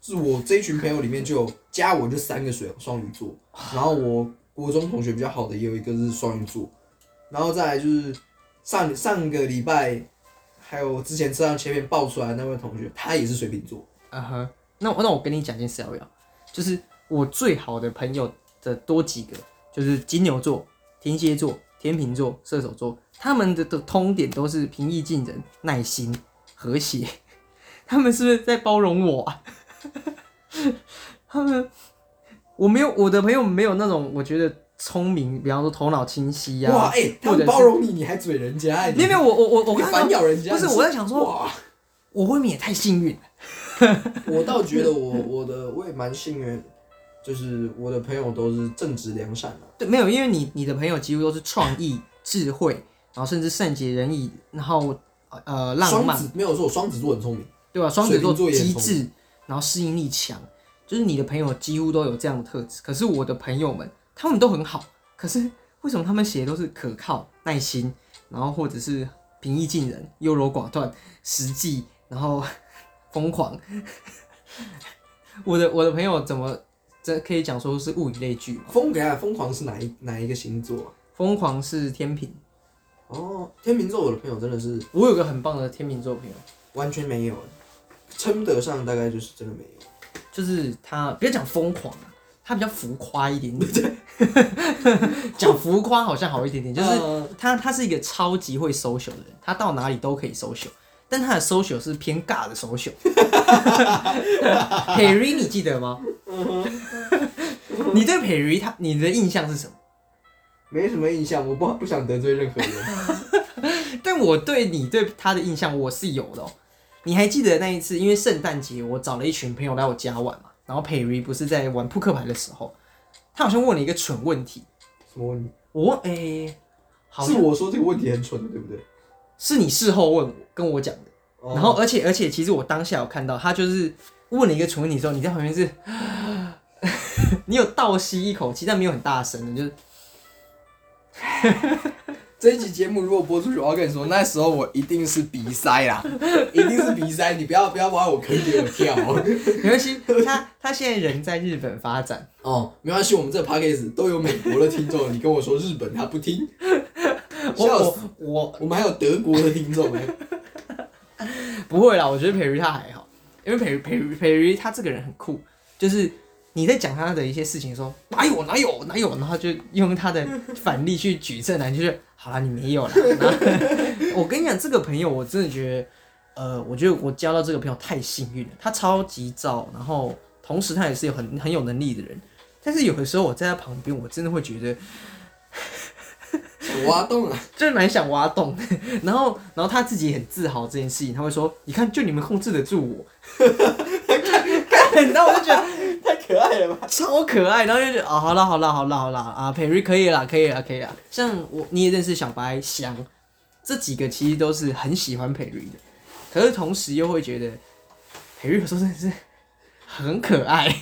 是我这一群朋友里面就有加我就三个水双鱼座，啊然后我国中同学比较好的也有一个是双鱼座，然后再来就是上上个礼拜还有我之前车上前面爆出来的那位同学，他也是水瓶座。啊哈，那我那我跟你讲件事，瑶瑶，就是我最好的朋友的多几个，就是金牛座、天蝎座、天秤座、射手座，他们的的通点都是平易近人、耐心、和谐。 他们是不是在包容我啊？ 他们，我没有我的朋友没有那种我觉得聪明，比方说头脑清晰呀、哇，啊。哎、他或者们是包容你，你还嘴人家、哎没有没有，我我我我你刚反刚咬人家，不是你我在想说，哇，我未免也太幸运了。我倒觉得我我的我也蛮幸运，就是我的朋友都是正直良善的、对，没有，因为你你的朋友几乎都是创 意、智慧，然后甚至善解人意，然后呃浪双漫，子没有说我双子座很聪明，对吧、双子座水瓶座也很机聪智，然后适应力强，就是你的朋友几乎都有这样的特质。可是我的朋友们，他们都很好，可是为什么他们写的都是可靠、耐心，然后或者是平易近人、优柔寡断、实际，然后 疯狂？我的我的朋友怎么这可以讲说是物以类聚嘛？疯给他疯狂是哪一哪一个星座啊、疯狂是天平。哦，天秤座我的朋友真的是我有个很棒的天秤座朋友，完全没有，称得上大概就是真的没有。就是他，不要讲疯狂啊，他比较浮夸一点点。讲浮夸好像好一点 点，就是呃他他是一个超级会 social 的人，他到哪里都可以 social，但他的 social 是偏尬的 social。Perry 你记得吗？ 你对 Perry 他你的印象是什么？没什么印象，我不不想得罪任 何人。但我对你对他的印象我是有的、哦。你还记得那一次，因为圣诞节我找了一群朋友来我家玩嘛，然后佩瑞不是在玩扑克牌的时候，他好像问了一个蠢问题，什么问题？我问诶、好是像我说这个问题很蠢的，对不对？是你事后问我跟我讲的，哦然后而且而且其实我当下有看到他就是问了一个蠢问题之后，你在旁边是， 你有倒吸一口气，但没有很大声的，就是这一期节目如果播出去，我要跟你说，那时候我一定是鼻塞 啦，一定是鼻塞，你不要不要往我坑里我跳哦。没 关系，他他现在人在日本发展。哦，没关系，我们这 p a c k a g e 都有美国的听众，你跟我说日本他不听， 我笑死。我我我们还有德国的听众哎、不会啦，我觉得培育他还好，因为培培培育他这个人很酷，就是你在讲他的一些事情的时候，哪有哪有哪有，然后他就用他的反例去举证来，就是好啦，你没有啦。然后 我跟你讲，这个朋友我真的觉得，呃，我觉得我交到这个朋友太幸运了，他超级早，然后同时他也是有很很有能力的人，但是有的时候我在他旁边，我真的会觉得想挖洞啊！就是蛮想挖洞的。 然后，然后他自己也很自豪这件事情，他会说：“你看，就你们控制得住我。” 看，然后我就觉得 太可爱了吧？超可爱，然后就觉得啊、好啦，好啦，好啦，好啦，啊，培瑞可以啦，可以啦，可以啦。像我，你也认识小白翔，这几个其实都是很喜欢培瑞的，可是同时又会觉得培瑞有时候真的是很可爱。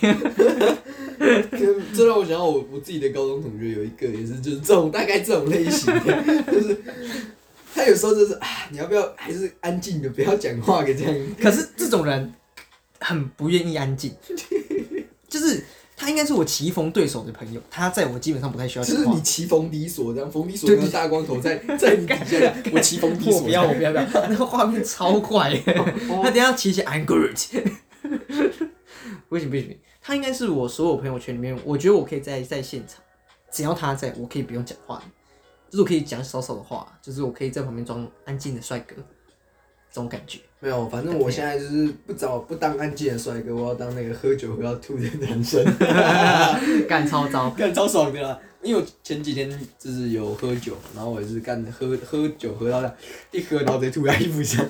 这让我想到我我自己的高中同学有一个也是就是这种大概这种类型的， 就是他有时候就是啊，你要不要还是安静的不要讲话给这 样。可是这种人很不愿意安静，就是他应该是我棋逢对手的朋友，他在我基本上不太需要就讲是话你。骑逢敌所这样，逢敌所对跟大光头 在在你底下，我骑逢敌我所不要，我不要，不要！那个画面超怪，他等一下骑起 I'm Groot，不行不行，不行他应该是我所有朋友圈里面，我觉得我可以在在现场，只要他在我可以不用讲话，就是我可以讲少少的话，就是我可以在旁边装安静的帅哥，这种感觉。 没有，反正我现在就是不找不当安静的帅哥，我要当那个喝酒喝到吐的男生，干超糟，干超爽的啦。因为我前几天就是有喝酒，然后我也是干喝喝酒喝到那一喝，然后直接吐在衣服上，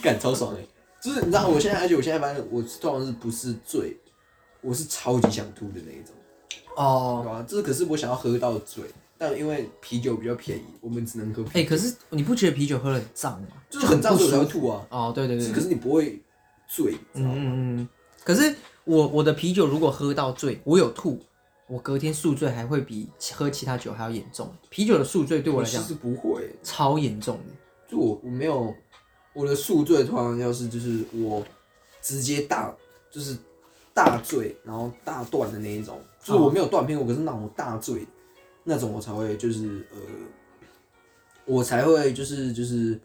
干超爽的。就是你知道，我现在而且我现在发现，我通常是不是醉，我是超级想吐的那一种。哦，啊，这可是我想要喝到醉，但因为啤酒比较便宜，我们只能喝啤酒。哎、可是你不觉得啤酒喝了很胀吗？就是很胀不水才舒会服吐啊，哦，对对对可，是你不会醉，你知道吗？嗯嗯嗯。可是我我的啤酒如果喝到醉，我有吐，我隔天宿醉还会比喝其他酒还要严重。啤酒的宿醉对我来其讲实不会，超严重的，就我我没有我的宿醉，通常要是就是我直接大就是大醉，然后大断的那一种，就是我没有断片过，可是那种大醉那种我才会就是呃，我才会就是就是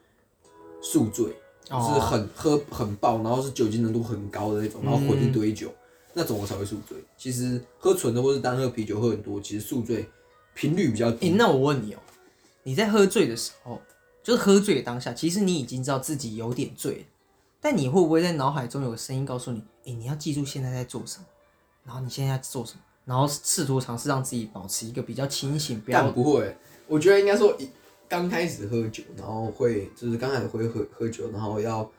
宿醉，就是哦，很喝很爆，然后是酒精浓度很高的那种，然后混一堆酒，那种我才会宿醉。其实喝纯的或是单喝啤酒喝很多，其实宿醉频率比较诶、低。那我问你哦、你在喝醉的时候，就是喝醉的当下，其实你已经知道自己有点醉了，但你会不会在脑海中有个声音告诉你，诶、你要记住现在在做什么，然后你现在在做什么，然后试图尝试让自己保持一个比较清醒，不但要不会，我觉得应该说一刚开始喝酒，然后会就是刚开始会喝喝酒，然后要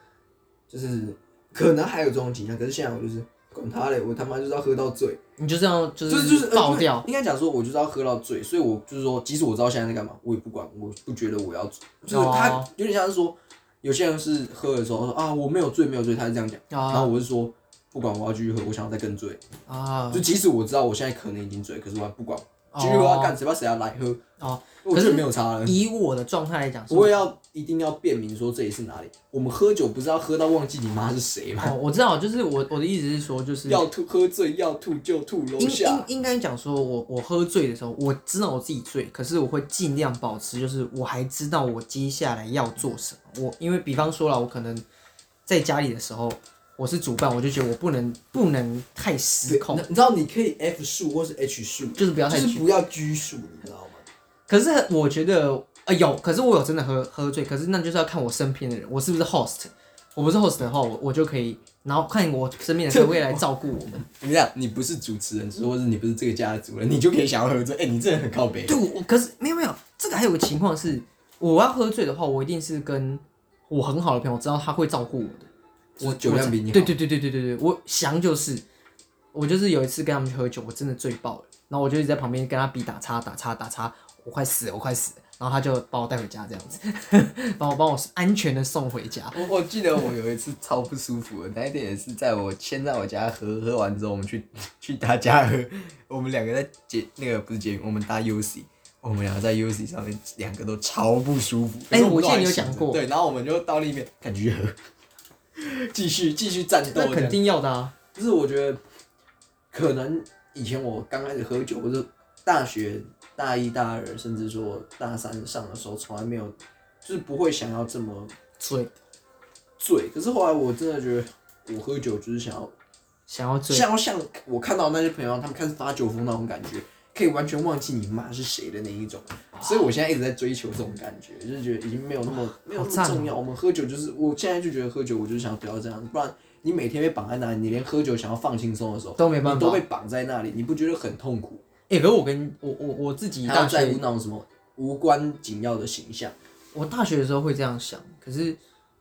就是可能还有这种倾向，可是现在我就是管他嘞，我他妈就是要喝到醉，你就这样就就是就是是呃爆对掉，应该讲说，我就是要喝到醉，所以我就是说，即使我知道现在在干嘛，我也不管，我不觉得我要醉，就是他哦有点像是说，有些人是喝的时候说啊我没有醉没有醉，他是这样讲，啊然后我是说不管我要继续喝，我想要再更醉，啊就即使我知道我现在可能已经醉，可是我还不管，继续喝要干，谁怕谁要来喝，哦，哦我可觉是得没有差了。以我的状态来讲，是我也要一定要辨明说这里是哪里。我们喝酒不是要喝到忘记你妈是谁吗？哦，我知道，就是我我的意思是说，就是要吐喝醉要吐就吐楼应下应。应该讲说我，我喝醉的时候，我知道我自己醉，可是我会尽量保持，就是我还知道我接下来要做什么。我因为比方说了，我可能在家里的时候，我是主办，我就觉得我不能不能太失对控你，你知道你可以 F 数或是 H 数，就是不要就太是去。不要拘束，你知道吗？可是我觉得呃有，可是我有真的喝喝醉，可是那就是要看我身边的人，我是不是 host。我不是 host 的话，我我就可以，然后看我身边的人会不会来照顾我们。你这样，你不是主持人，只是或是你不是这个家的主人，你就可以想要喝醉。哎、你真的很靠北。对，我可是没有没有，这个还有个情况是，我要喝醉的话，我一定是跟我很好的朋友，我知道他会照顾我的。我酒量比你好。对对对对对对对，我想就是，我就是有一次跟他们去喝酒，我真的醉爆了，然后我就一直在旁边跟他比打叉打叉打叉，我快死了，我快死了，然后他就把我带回家这样子， 把我把我安全的送回家。我我记得我有一次超不舒服的，那一天也是在我先在我家喝，喝完之后我们去去他家喝，我们两个在捷那个不是捷运，我们搭 UC，我们两个在 UC 上面两个都超不舒服。可哎是们我记都得还你有醒讲着过对，然后我们就到另一边，看继续喝，继续继续战斗。那肯，定要的啊，就是我觉得可能以前我刚开始喝酒，或者大学大一大二，甚至说大三上的时候，从来没有就是不会想要这么。醉醉，可是后来我真的觉得，我喝酒就是想要想要醉，想要像我看到那些朋友，他们开始发酒疯那种感觉，可以完全忘记你妈是谁的那一种。啊所以我现在一直在追求这种感觉，就是觉得已经没有那么没有那好么赞哦重要。我们喝酒就是，我现在就觉得喝酒，我就是想不要这样，不然你每天被绑在那里，你连喝酒想要放轻松的时候都没办你法都。被绑在那里，你不觉得很痛苦？哎、可是我跟我我我自己还要大在学乎那种什么无关紧要的形象。我大学的时候会这样想，可是，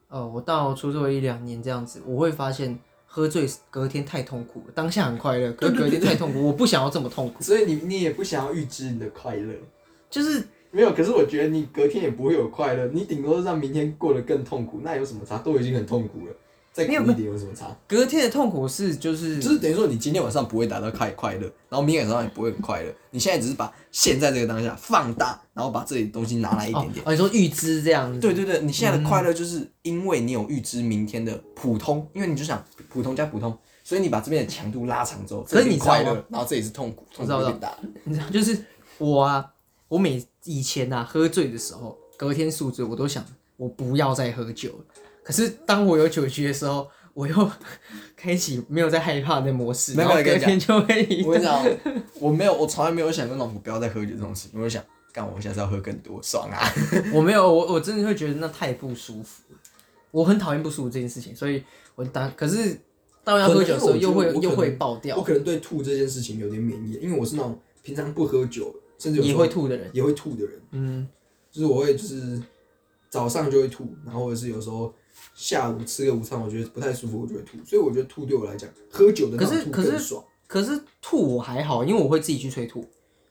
呃，我到出社会一两年这样子，我会发现喝醉隔天太痛苦了，当下很快乐，可是隔天太痛苦，我不想要这么痛苦。所以你你也不想要预知你的快乐。就是没有，可是我觉得你隔天也不会有快乐，你顶多是让明天过得更痛苦，那有什么差？都已经很痛苦了，再苦没有一点有什么差？隔天的痛苦是就是哦就是等于说你今天晚上不会达到快快乐，然后明天晚上也不会很快乐，你现在只是把现在这个当下放大，然后把这里东西拿来一哦点点。哦，你说预知这样子，对对对，你现在的快乐就是因为你有预知明天的普通，因为你就想普通加普通，所以你把这边的强度拉长之后，可是这里你知道快吗乐，然后这里是痛苦，痛我知苦道变大。你知道，就是我啊，我每以前啊喝醉的时候，隔天宿醉，我都想我不要再喝酒了。可是当我有酒局的时候，我又 开启没有在害怕的模式，没然有后我跟隔你讲天就会一我跟你讲，我没有，我从来没有想过那种我不要再喝酒这种事情。我就想，干，我下次要喝更多，爽啊！我没有，我我真的会觉得那太不舒服了，我很讨厌不舒服这件事情，所以我当可是到要喝酒的时候可能因为又我觉得我可能会又会爆我掉，可能对吐这件事情有点免疫，因为我是那种平常不喝酒，甚至有时也候会吐的人，也会吐的人，嗯，就是我会就是早上就会吐，然后或者是有时候下午吃个午餐，我觉得不太舒服，我就会吐。所以我觉得吐对我来讲，喝酒的那可是种吐可是更爽。可是吐我还好，因为我会自己去催吐，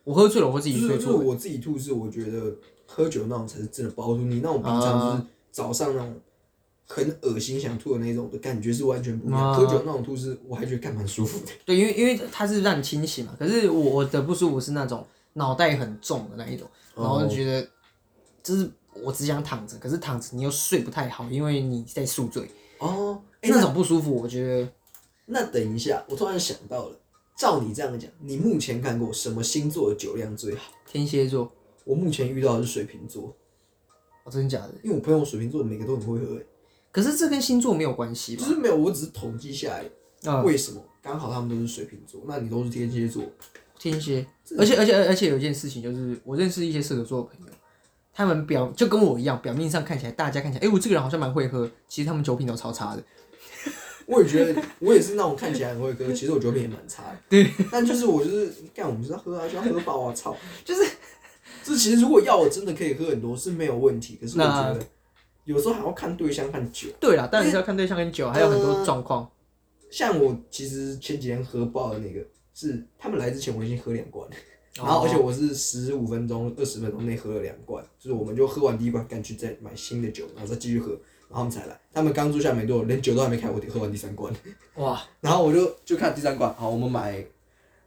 我喝醉了我会自就己去是催就是吐，我自己吐是我觉得喝酒那种才是真的不好吐，你那种平常啊就是早上那种。很恶心，想吐的那种的感觉是完全不一样。啊喝酒那种吐是，我还觉得干蛮舒服的。对，因为因为它是让你清醒嘛，可是我我的不舒服是那种脑袋很重的那一种，然后哦就觉得就是我只想躺着，可是躺着你又睡不太好，因为你在宿醉，哦，哎、那种不舒服我觉得。那等一下，我突然想到了，照你这样讲，你目前看过什么星座的酒量最好？天蝎座，我目前遇到的是水瓶座，哦，真的假的？因为我朋友水瓶座每个都很会喝、欸，可是这跟星座没有关系就吧？是没有，我只是统计下来啊、为什么刚好他们都是水瓶座，那你都是天蝎座，天蝎，而且而且而且有一件事情就是，我认识一些射手座的朋友，他们表就跟我一样，表面上看起来大家看起来，哎、我这个人好像蛮会喝，其实他们酒品都超差的。我也觉得我也是那种看起来很会喝，其实我酒品也蛮差的。对，但就是我就是干，我们是要喝啊， 就要喝爆啊，操！就是这其实如果要我真的可以喝很多是没有问题，可是我觉得有时候还要看对象看酒。对啦，当然是要看对象跟酒，还有很多状况。像我其实前几天喝爆的那个是他们来之前我已经喝两罐了，哦然后呃而且我是十五分钟、二十分钟内喝了两罐，就是我们就喝完第一罐，赶去再买新的酒，然后再继续喝，然后他们才来。他们刚住下没多久，连酒都还没开，我得喝完第三罐。哇，然后我就就看第三罐，好，我们买，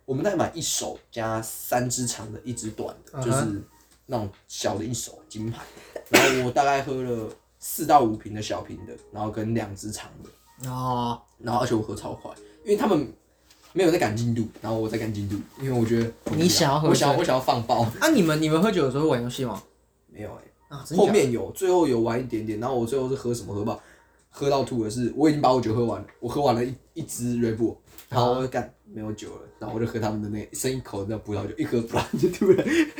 我们再买一手加三支长的，一支短的，嗯哼就是那种小的一手金牌。然后我大概喝了四到五瓶的小瓶的，然后跟两支长的，哦，然后而且我喝超快，因为他们没有在赶进度，然后我在赶进度，因为我觉得我不你想要喝我想要醉我想要放爆，啊，你们你们喝酒的时候会玩游戏吗？没有哎、啊，真的后假的面有，最后有玩一点点，然后我最后是喝什么喝吧，喝到吐的是，我已经把我酒喝完了，我喝完了一一支 r e b u 然啊后我就干没有酒了，然后我就喝他们的那剩一口那葡萄酒，一喝不然就吐了，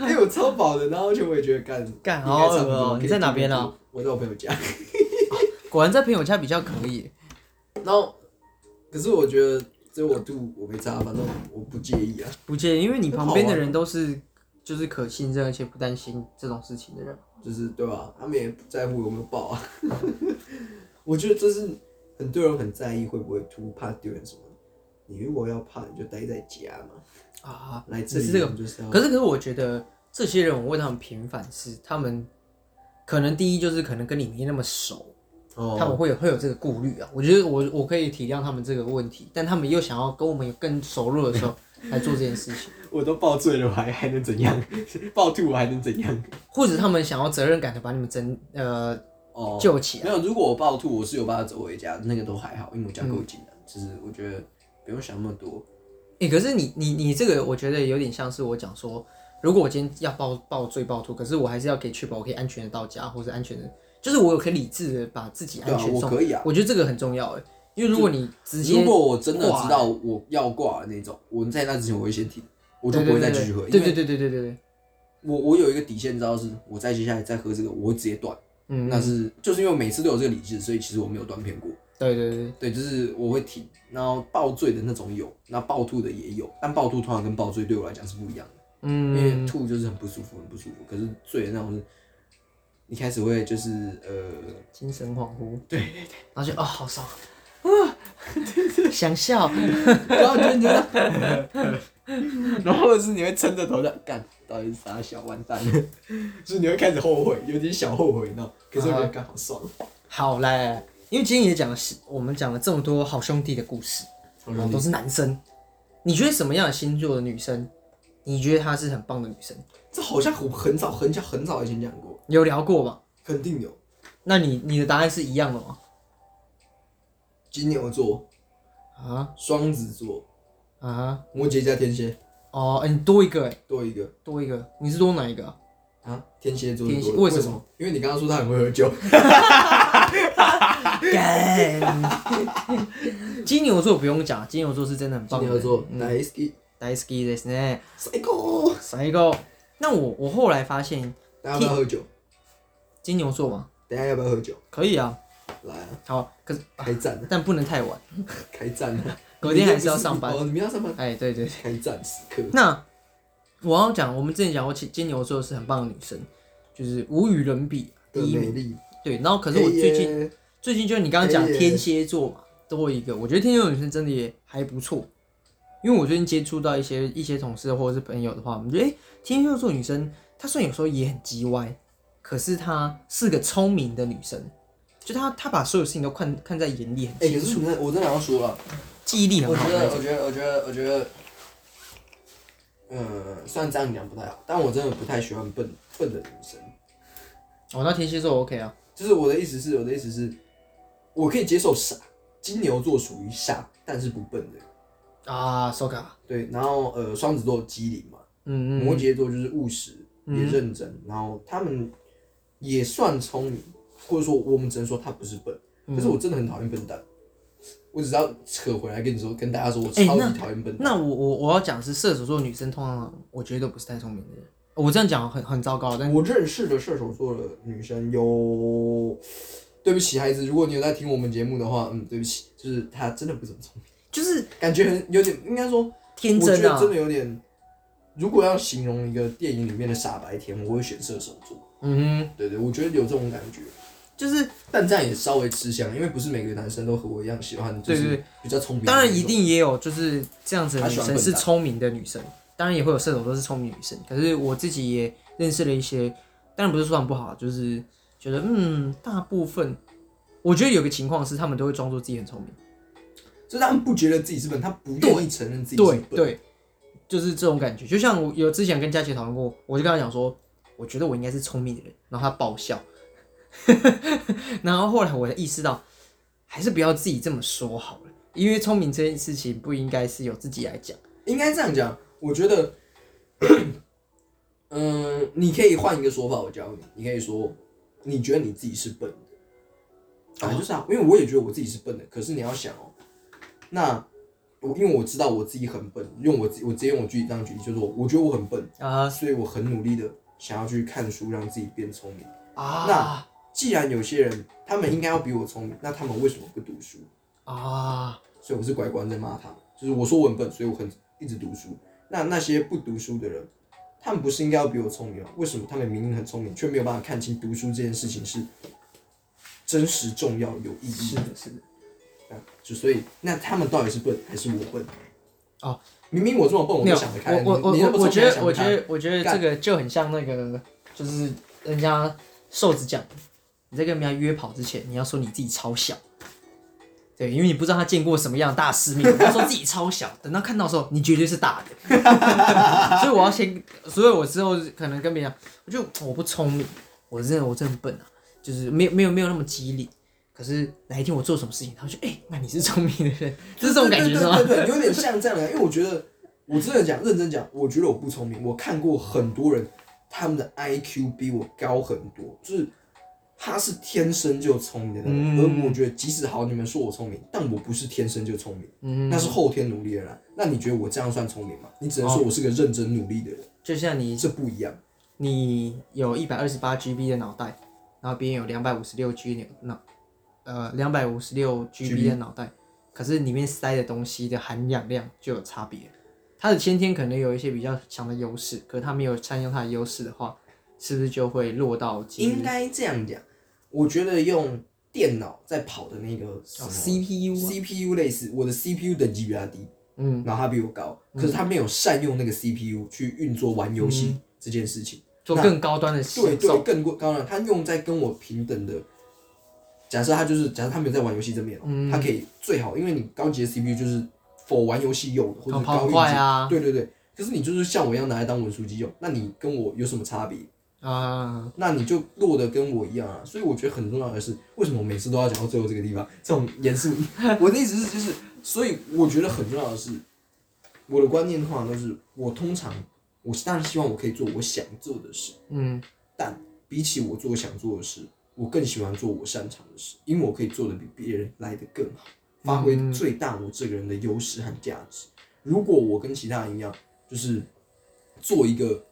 因为我超饱的，然后而且我也觉得干干应该好恶差不多哦可以你在哪吐一边啊吐？我在我朋友家， 果然在朋友家比较可以。然后可是我觉得只有我吐我没差，反正我不介意啊，不介意，因为你旁边的人都是就是可信任而且不担心这种事情的人。就是对吧、他们也不在乎有没有爆啊， 我觉得这是很多人很在意会不会吐，怕丢人什么的。你如果要怕，你就待在家嘛。啊，来你这里是这我个们。就是要可是可是，我觉得这些人，我为他们平反是他们可能第一就是可能跟你没那么熟，他们哦，会有会有这个顾虑啊。我觉得我我可以体谅他们这个问题，但他们又想要跟我们有更熟络的时候来做这件事 情，我都爆醉了，我还还能怎样？爆吐我还能怎样？或者他们想要责任感的把你们整呃 哦，救起来。没有。如果我爆吐，我是有办法走回家，那个都还好，因为我家够近嗯的。就是我觉得不用想那么多。哎、可是你你你这个，我觉得有点像是我讲说，如果我今天要爆爆醉爆吐，可是我还是要可以确保我可以安全的到家，或是安全的，就是我有可以理智的把自己对安啊，全我送。可以啊。我觉得这个很重要哎，因为如果你直接如果我真的挂欸知道我要挂的那种，我在那之前我会先停，我就不会再继续喝。对对对对对对对对，我我有一个底线，知道是我再接下来再喝这个，我会直接断。嗯，那是就是因为我每次都有这个理智，所以其实我没有断片过。对对对，对，就是我会停。然后爆醉的那种有，那暴吐的也有，但暴吐通常跟爆醉对我来讲是不一样的，因为嗯，吐就是很不舒服，很不舒服。可是醉的那种是，一开始会就是呃， 精神恍惚，对然后就哦好爽， 哇，想笑，然后就你就， 然后是你会撑着头在干，到底是啥小完蛋了， 就是你会开始后悔，有点小后悔呢。可是我觉得干好爽，好来来，来因为今天也讲了是，我们讲了这么多好兄弟的故事，然后都是男生，你觉得什么样的星座的女生，你觉得她是很棒的女生？这好像我很早很早很早以前讲过，有聊过吧？肯定有。那你你的答案是一样的吗？金牛座、啊双子座、啊摩羯加天蝎，哦，哎、你多一个哎，多一个多一个，你是多哪一个啊、啊，天蝎座天多蝎一个为为什么么？因为你刚刚说他很会喝酒，干。金牛座不用讲，金牛座是真的很棒的。来 ski 大好きですね。 psycho，最高。那我我后来发现大家要不要喝酒？金牛座嘛，等一下要不要喝酒？可以啊，来啊，好，可是开战啊，但不能太晚。开战啊！隔天还是要上班哦，你们要上班，哎，对对对。开战时刻。那我要讲，我们之前讲过，其金牛座是很棒的女生，就是无与伦比，的第一美名。丽。对，然后可是我最近、哎耶最近就是你刚刚讲哎耶天蝎座嘛，多一个，我觉得天蝎座女生真的也还不错，因为我最近接触到一些一些同事或者是朋友的话，我们觉得哎、诶天蝎座女生她虽然有时候也很叽歪，可是她是个聪明的女生，就她她把所有事情都看看在眼里，很哎，清可楚，是你看我真的要说啊了，记忆力很我好觉的那得，种。我觉得，我觉得，我觉得，呃，虽然这样讲不太好，但我真的不太喜欢笨笨的女生。哦，那天蝎座 OK 啊，就是我的意思是，我的意思是，我可以接受傻。金牛座属于傻，但是不笨的。啊，so ga，对，然后呃，双子座机灵嘛，嗯嗯，摩羯座就是务实也嗯认真，然后他们也算聪明，或者说我们只能说他不是笨，嗯可是我真的很讨厌笨蛋。我只要扯回来跟你说，跟大家说，我哎超那级讨厌笨蛋。那我我我要讲是射手座女生，通常我觉得都不是太聪明的人。我这样讲很很糟糕，但我认识的射手座的女生有，对不起，孩子，如果你有在听我们节目的话，嗯，对不起，就是她真的不怎么聪就是明，感觉很有点，应该说，天我觉真得啊真。的有点。如果要形容一个电影里面的傻白甜，我会选射手座。嗯对对，我觉得有这种感觉，哼，就是但这样也稍微吃香，因为不是每个男生都和我一样喜欢，就对对是比较聪明的当那种。然一定也有就是这样子的她女喜欢生笨是蛋聪明的女生，当然也会有射手座是聪明的女生。可是我自己也认识了一些，当然不是说很不好，就是觉得嗯，大部分我觉得有个情况是他们都会装作自己很聪明。就是他们不觉得自己是笨，他不愿意承认自己是对笨。对，就是这种感觉。就像我有之前跟佳琪讨论过，我就跟他讲说，我觉得我应该是聪明的人，然后他爆笑。 然后后来我才意识到，还是不要自己这么说好了，因为聪明这件事情不应该是由自己来讲。应该这样讲，我觉得， 嗯、你可以换一个说法，我教你，你可以说，你觉得你自己是笨的，反正就是啊，因为我也觉得我自己是笨的，可是你要想哦，那我因为我知道我自己很笨，用我自己我直接用我自己当举例，就是我我觉得我很笨，啊所以我很努力的想要去看书，让自己变聪明。啊既然有些人他们应该要比我聪明，那他们为什么不读书？啊！所以我是乖乖在骂他们，就是我说我很笨，所以我很一直读书。那那些不读书的人，他们不是应该要比我聪明吗？哦为什么他们明明很聪明，却没有办法看清读书这件事情是真实、重要、有意义是的？的，是的。啊就所以，那他们到底是笨还是我笨？哦，明明我这么笨，我没就有想得开。，我我你你那我么我聪我明觉还得想我不觉开得我觉得干这个就很像那个，就是人家瘦子讲，你在跟人家约跑之前，你要说你自己超小，对，因为你不知道他见过什么样的大世面，你要说自己超小，等到看到的时候，你绝对是大的。 所以我要先，所以我之后可能跟别人讲，我就我不聪明，我真的我真的很笨啊，就是没有没有没有那么机灵。可是哪一天我做什么事情，他会说：“哎、那你是聪明的人，就是这种感觉是吗对对对对对，有点像这样的。因为我觉得，我真的讲认真讲，我觉得我不聪明。我看过很多人，他们的 IQ 比我高很多，就是他是天生就聪明的那种。嗯而我觉得，即使好，你们说我聪明，但我不是天生就聪明，？”嗯，那是后天努力而来。那你觉得我这样算聪明吗？你只能哦说我是个认真努力的人，就像你这不一样。嗯你有一百二十八 GB 的脑袋，然后别人有两百五十六 G 的脑，呃，两百五十六 GB 的脑袋，可是里面塞的东西的含氧量就有差别。他的先天可能有一些比较强的优势，可他没有善用他的优势的话，是不是就会落到几率应该这样讲，我觉得用电脑在跑的那个什哦么 CPU 啊 CPU 类似，我的 CPU 等级比较低，嗯，然后他比我高，可是他没有善用那个 CPU 去运作玩游嗯戏这件事情，做更高端的享对受对，更过当然他用在跟我平等的。假设他就是，假设他没有在玩游戏这面哦，嗯他可以最好，因为你高级的 CPU 就是否玩游戏用的，或者是高跑跑一级，快啊对对对。可是你就是像我一样拿来当文书机用，那你跟我有什么差别？啊、那你就落得跟我一样啊。所以我觉得很重要的是，为什么我每次都要讲到最后这个地方？这种严肃， 我的意思是就是，所以我觉得很重要的是，我的观念通常都是，我通常我当然希望我可以做我想做的事，嗯，但比起我做我想做的事，我更喜欢做我擅长的事，因为我可以做的比别人来得更好，发挥嗯最大我这个人的优势和价值。如果我跟其他人一样，就是做一个，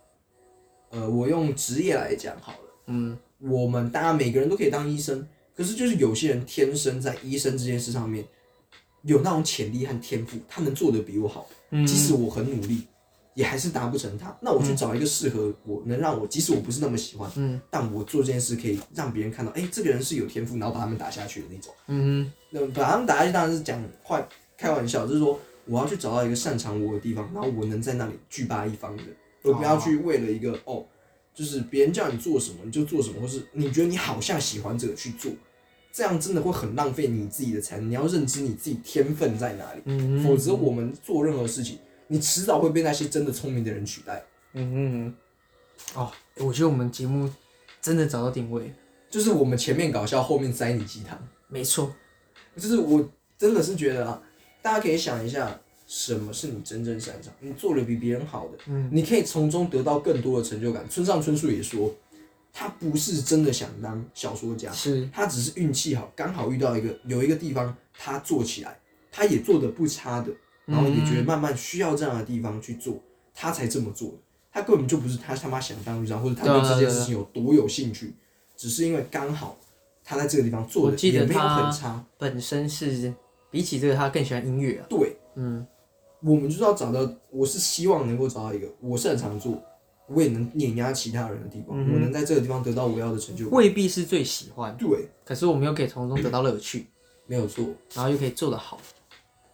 呃，我用职业来讲好了，嗯，我们大家每个人都可以当医生，可是就是有些人天生在医生这件事上面有那种潜力和天赋，他能做的比我好，嗯即使我很努力，也还是达不成他。那我去找一个适合我，能让我，即使我不是那么喜欢，嗯，但我做这件事可以让别人看到，哎、这个人是有天赋，然后把他们打下去的那种。嗯那把他们打下去当然是讲坏开玩笑，就是说我要去找到一个擅长我的地方，然后我能在那里巨霸一方的，而不要去为了一个哦，就是别人叫你做什么你就做什么，或是你觉得你好像喜欢这个去做，这样真的会很浪费你自己的才能。你要认知你自己天分在哪里，嗯否则我们做任何事情，你迟早会被那些真的聪明的人取代。嗯嗯，哦，我觉得我们节目真的找到定位了，就是我们前面搞笑，后面塞你鸡汤。没错，就是我真的是觉得啊，大家可以想一下，什么是你真正擅长？你做的比别人好的，嗯你可以从中得到更多的成就感。村上春树也说，他不是真的想当小说家，是他只是运气好，刚好遇到一个有一个地方他做起来，他也做的不差的，然后也觉得慢慢需要这样的地方去做，他才这么做的。他根本就不是他他妈想当局长，或者他对啊对这对啊件事情有多有兴趣，只是因为刚好他在这个地方做我的记得也没有他很差。本身是比起这个，他更喜欢音乐啊。对，嗯，我们就是要找到，我是希望能够找到一个我擅长做，我也能碾压其他人的地方，嗯哼我能在这个地方得到我要的成就感。未必是最喜欢，对，可是我们又可以从中得到乐趣，没有错。然后又可以做得好。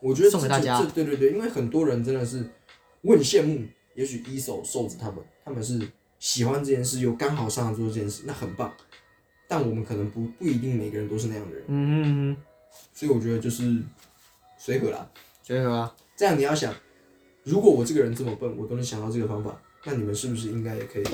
我觉得送给这大家这这对对对，因为很多人真的是，我很羡慕，也许一手瘦子他们，他们是喜欢这件事，又刚好擅长做这件事，那很棒。但我们可能不不一定每个人都是那样的人，嗯，所以我觉得就是随和啦。觉得啊，这样你要想，如果我这个人这么笨，我都能想到这个方法，那你们是不是应该也可以？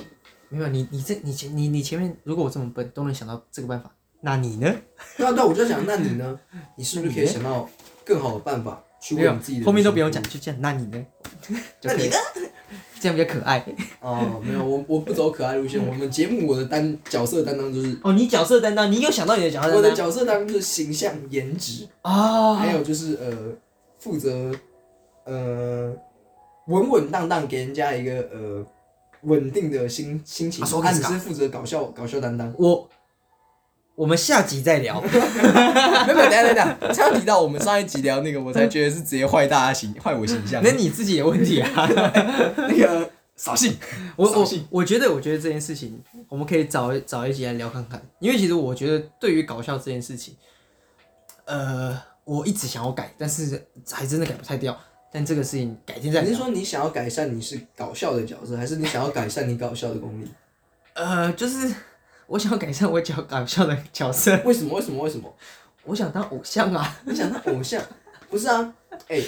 没有你，你这你前你你前面，如果我这么笨都能想到这个办法，那你呢？对啊对啊，我就在想， 那你呢？你是不是可以那你想到更好的办法去没为有你自己的，后面都不要用讲，就这样。那你 呢？就那可你以呢？ 这样比较可爱。哦，没有，我我不走可爱路嗯线。我们节目我的担角色担当就是哦，你角色担当，你有想到你的角我色的担当角色当然是形象、颜值，啊？还有就是呃，负责呃稳稳当当给人家一个呃稳定的心心情。啊说啊，开始你搞。是负责搞笑搞笑担当我，我们下集再 聊。没有，没有等一下等一下，这样提到我们上一集聊那个，我才觉得是直接坏大家 形，坏我形象那你自己有问题啊？那个扫兴，我扫我兴我觉得，我觉得这件事情，我们可以找找一集来聊看看，因为其实我觉得对于搞笑这件事情，呃，我一直想要改，但是还真的改不太掉。但这个事情改天再 你是聊。说你想要改善你是搞笑的角色，还是你想要改善你搞笑的功力？ 呃，就是 我想要改善我角搞笑的角色，为什么？为什么？为什么？我想当偶像啊！你想当偶像？不是啊，哎、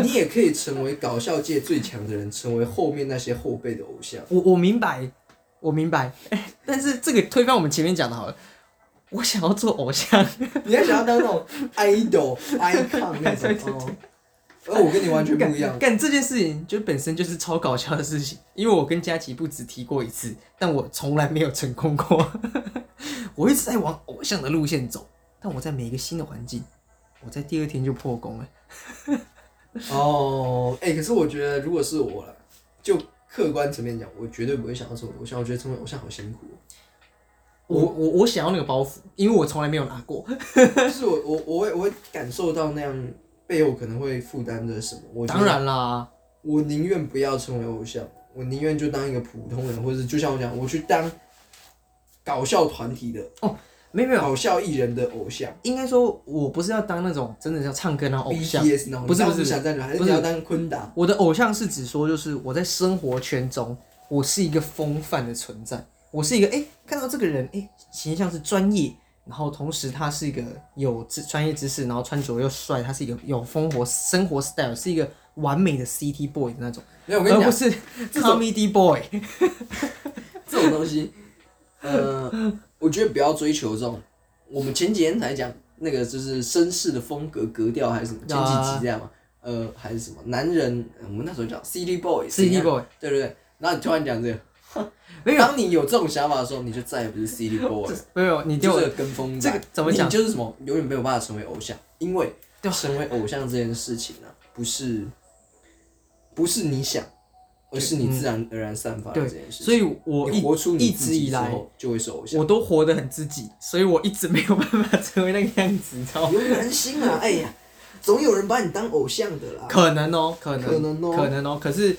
你也可以成为搞笑界最强的人，成为后面那些后辈的偶像。 我我明白，我明白， 但是这个推翻我们前面讲的好了，我想要做偶像。你还想要当那种 idol、icon 那种 对对对哦？而我跟你完全不一样。干这件事情就本身就是超搞笑的事情，因为我跟佳琪不止提过一次，但我从来没有成功过。 我一直在往偶像的路线走，但我在每一个新的环境，我在第二天就破功了。哦，哎、可是我觉得如果是我了，就客观层面讲，我绝对不会想要成为偶像。我觉得成为偶像好辛苦哦、我我我想要那个包袱，因为我从来没有拿过。就是我我我会我会感受到那样背后可能会负担着什么。我觉得当然啦，我宁愿不要成为偶像，我宁愿就当一个普通人，或者就像我讲，我去当搞笑团体的、没有没有，搞笑艺人的偶像应该说我不是要当那种真的要唱歌那种偶像。 ，BTS 那种。不是你知道不是我想在哪？还是不你是要当昆达？我的偶像是指说，就是我在生活圈中，我是一个风范的存在，我是一个哎、诶看到这个人哎、诶形象是专业，然后同时他是一个有知专业知识，然后穿着又帅，他是一个有风活生活 style，是一个完美的 CT boy 的那种，没有，我跟而你呃不讲，是这种 comedy boy。这种东西，呃，我觉得不要追求这种。我们前几天才讲那个，就是绅士的风格格调还是什么，前几集这啊样嘛，呃，还是什么男人，呃我们那时候叫 City Boy， CT 怎样 boy 对对对。然后你突然讲这个，没有当你有这种想法的时候，你就再也不是 City Boy 了。没有，你你给就我是个跟风仔这个怎么讲你就是什么啊永远没有办法成为偶像，因为对成为偶像这件事情呢、不是不是你想，而是你自然而然散发的对这件事情。所以我你一活出你一自直己以之来后，就会是偶像。我都活得很自己，所以我一直没有办法成为那个样子，你知道吗？有良心啊！哎呀，总有人把你当偶像的啦。可能哦，可能，可能哦可能哦。可是，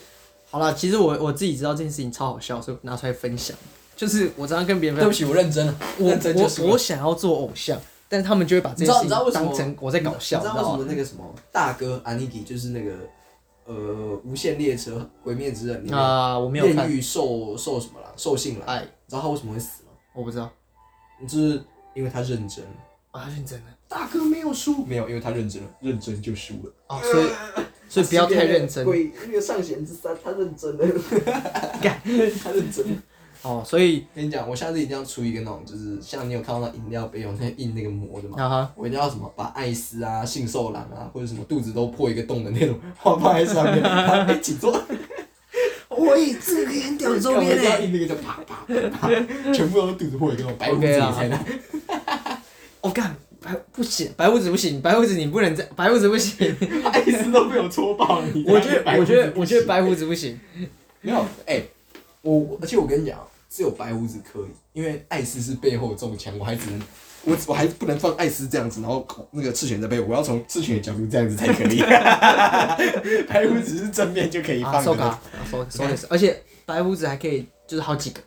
好了，其实我我自己知道这件事情超好笑，所以拿出来分享。就是我常常跟别人对分不享，起，我认真了，啊我认真就是我我想要做偶像，但是他们就会把你这件知道事你知道情为什当么成我在搞笑，你知道你为知道什吗么那个什么大哥安妮基就是那个呃无限列车毁灭之刃里面啊、我没有炼看，狱受受什么了受信了？哎，你知道他为什么会死吗？我不知道就是因为他认真。啊，认真的大哥没有输，没有，因为他认真了，认真就输了。哦，所以所以不要太认真鬼那个上弦之三，他认真了，干 他认真了。哦，所以跟你讲，我下次一定要出一个那种，就是像你有看到那饮料杯有那印那个膜的嘛，啊哈，我一定要什么把艾斯啊、性受 狼啊，或者什么肚子都破一个洞的那种画放在上面，然后一起做。我喂，这个很屌的欸周边要嘞，印那个叫啪啪啪啪，全部都是肚子破一个那种白胡子 OK 啊啦你才能。哦我干、白不行，白胡子不行，白胡子你不能这，白胡子 不行。艾斯都被我戳爆，你 我觉白得，胡我子觉得，不我觉得行白胡子不行。没有，哎，我而且我跟你讲，只有白胡子可以，因为艾斯是背后中枪，我还只能我我还不能放艾斯这样子，然后那个赤犬在背后，我要从赤犬的角度这样子才可 以。白胡子是正面就可以啊，放收的，卡，啊收收也是，而且白胡子还可以就是好几个，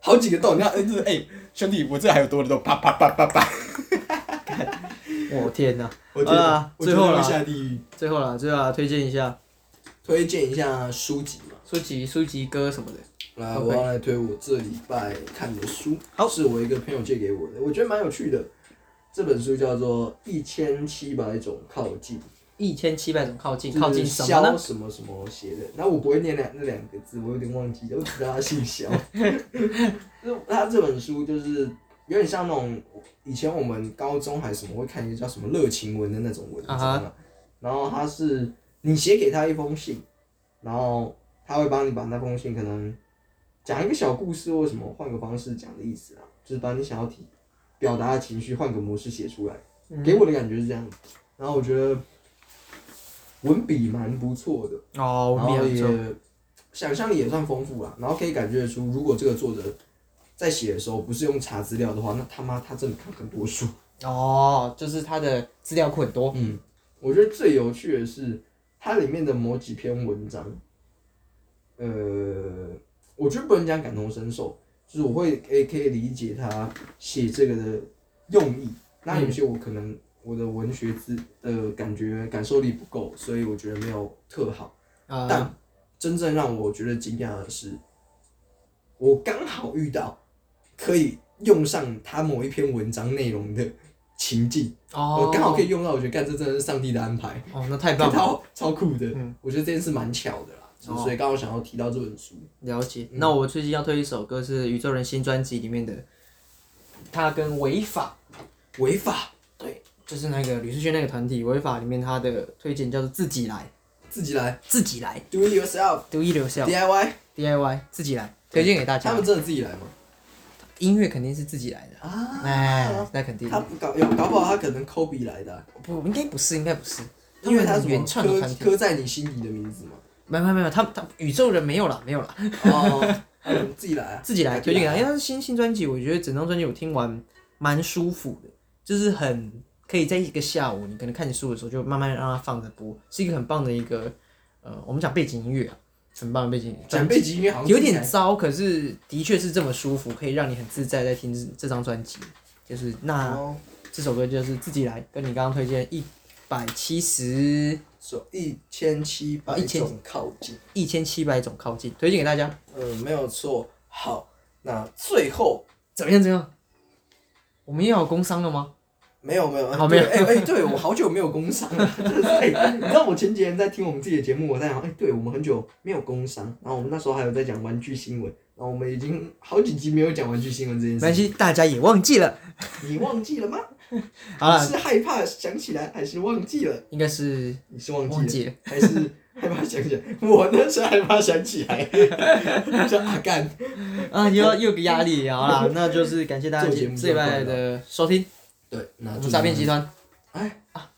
好几个洞，你看，呃就是哎、兄弟，我这还有多的洞，啪啪啪啪啪。 我哦天哪！我觉得啊我觉得最后啦会会下下地狱。最后了，最后了，推荐一下推荐一下书籍嘛。书籍、书籍歌什么的。来， OK 我要来推我这礼拜看的书，好是我一个朋友借给我的，我觉得蛮有趣的。这本书叫做《一千七百种靠近》，一千七百种靠近，就是靠近什么肖呢？什么什么写的。然后我不会念那那两个字，我有点忘记，我只知道他姓 肖。就是他这本书就是有点像那种以前我们高中还是什么会看一个叫什么热情文的那种文章啊啊。然后他是你写给他一封信，然后他会帮你把那封信可能讲一个小故事或什么，换个方式讲的意思啊，就是把你想要提表达的情绪换个模式写出来。给我的感觉是这样子。然后我觉得文笔蛮不错的，然哦，我后们也也想象力也算丰富啦。然后可以感觉得出，如果这个作者在写的时候不是用查资料的话，那他妈他真的看很多书。哦，就是他的资料库很多，嗯，我觉得最有趣的是它里面的某几篇文章，呃，我觉得不能讲感同身受，就是我会可以可以理解他写这个的用意。那有些我可能我的文学资的感觉感受力不够，所以我觉得没有特好。呃，但真正让我觉得惊讶的是，我刚好遇到可以用上他某一篇文章内容的情境。哦我，刚好可以用到，我觉得干这真的是上帝的安排，哦，那太棒这了，套 超酷的嗯，我觉得这件事蛮巧的啦，哦所以刚好想要提到这本书，了解。嗯那我最近要推一首歌是宇宙人新专辑里面的，他跟违法，违法对就是那个吕思萱那个团体违法里面他的推荐叫做自己来，自己来自己来，do it yourself 独一流笑 DIY， DIY 自己来推荐给大他家们，真的自己来吗？音乐肯定是自己来的。啊，哎，那肯定他不搞，有搞不好他可能 Kobe 来的啊，不应该不是，应该不是，因为他们什么原创的刻团体，刻在你心底的名字嘛，没有没有没有，他们他们宇宙人没有了没有了，哦， 他们自己来啊，自己来推荐给他，因为啊他是新新专辑，我觉得整张专辑我听完蛮舒服的，就是很可以在一个下午，你可能看书的时候就慢慢让它放着播，是一个很棒的一个呃，我们讲背景音乐啊，很棒的背景讲背景音乐好像有听起点来糟，可是的确是这么舒服，可以让你很自在在听这这张专辑，就是那。哦，这首歌就是自己来，跟你刚刚推荐一百七十说一千七百哦一千种靠近。一千七百种靠近，推荐给大家。嗯，没有错。好，那最后怎么样？怎么样？我们又要有工伤了吗？没有没有，好对没有哎哎，对我好久没有工伤 了，真的是哎，你知道我前几天在听我们自己的节目，我在想，哎，对我们很久没有工伤，然后我们那时候还有在讲玩具新闻，然后我们已经好几集没有讲玩具新闻这件没事，关系，大家也忘记了。你忘记了吗？好了你，是害怕想起来，还是忘记了？应该是你是忘记忘了，记了。还是害怕想起来？我呢是害怕想起 来，叫阿干，啊，又要又有个压 力。好啦，那就是感谢大家做节今目这一拜的收听。对，那我祝们诈骗你集们，团，啊哎。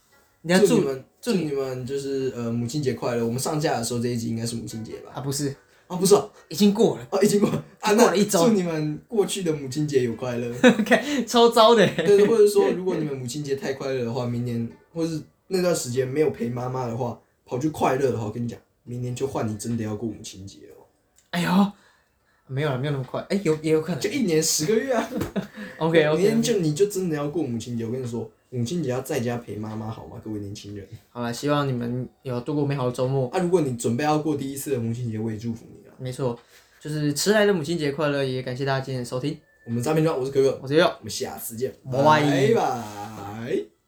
你要祝你祝们祝你们就是呃母亲节快乐！我们上架的时候这一集应该是母亲节吧？啊？不是，啊，不是哦，已经过了。哦已经过了啊，过那了一周祝你们过去的母亲节有快乐。 OK，超糟的。对，或者说如果你们母亲节太快乐的话，明年或是那段时间没有陪妈妈的话，跑去快乐的话，我跟你讲，明年就换你真的要过母亲节了，哎呦，没有了，没有那么快。哎，有也有可能就。一年十个月啊。 OK 明年 OK。就你就真的要过母亲节，我跟你说，母亲节要在家陪妈妈好吗？各位年轻人好了，希望你们有度过美好的周末。啊，如果你准备要过第一次的母亲节，我也祝福你啊。没错，就是迟来的母亲节快乐，也感谢大家今天的收听，我们诈骗庄，我是哥哥。我是悠悠。我们下次见，拜拜拜拜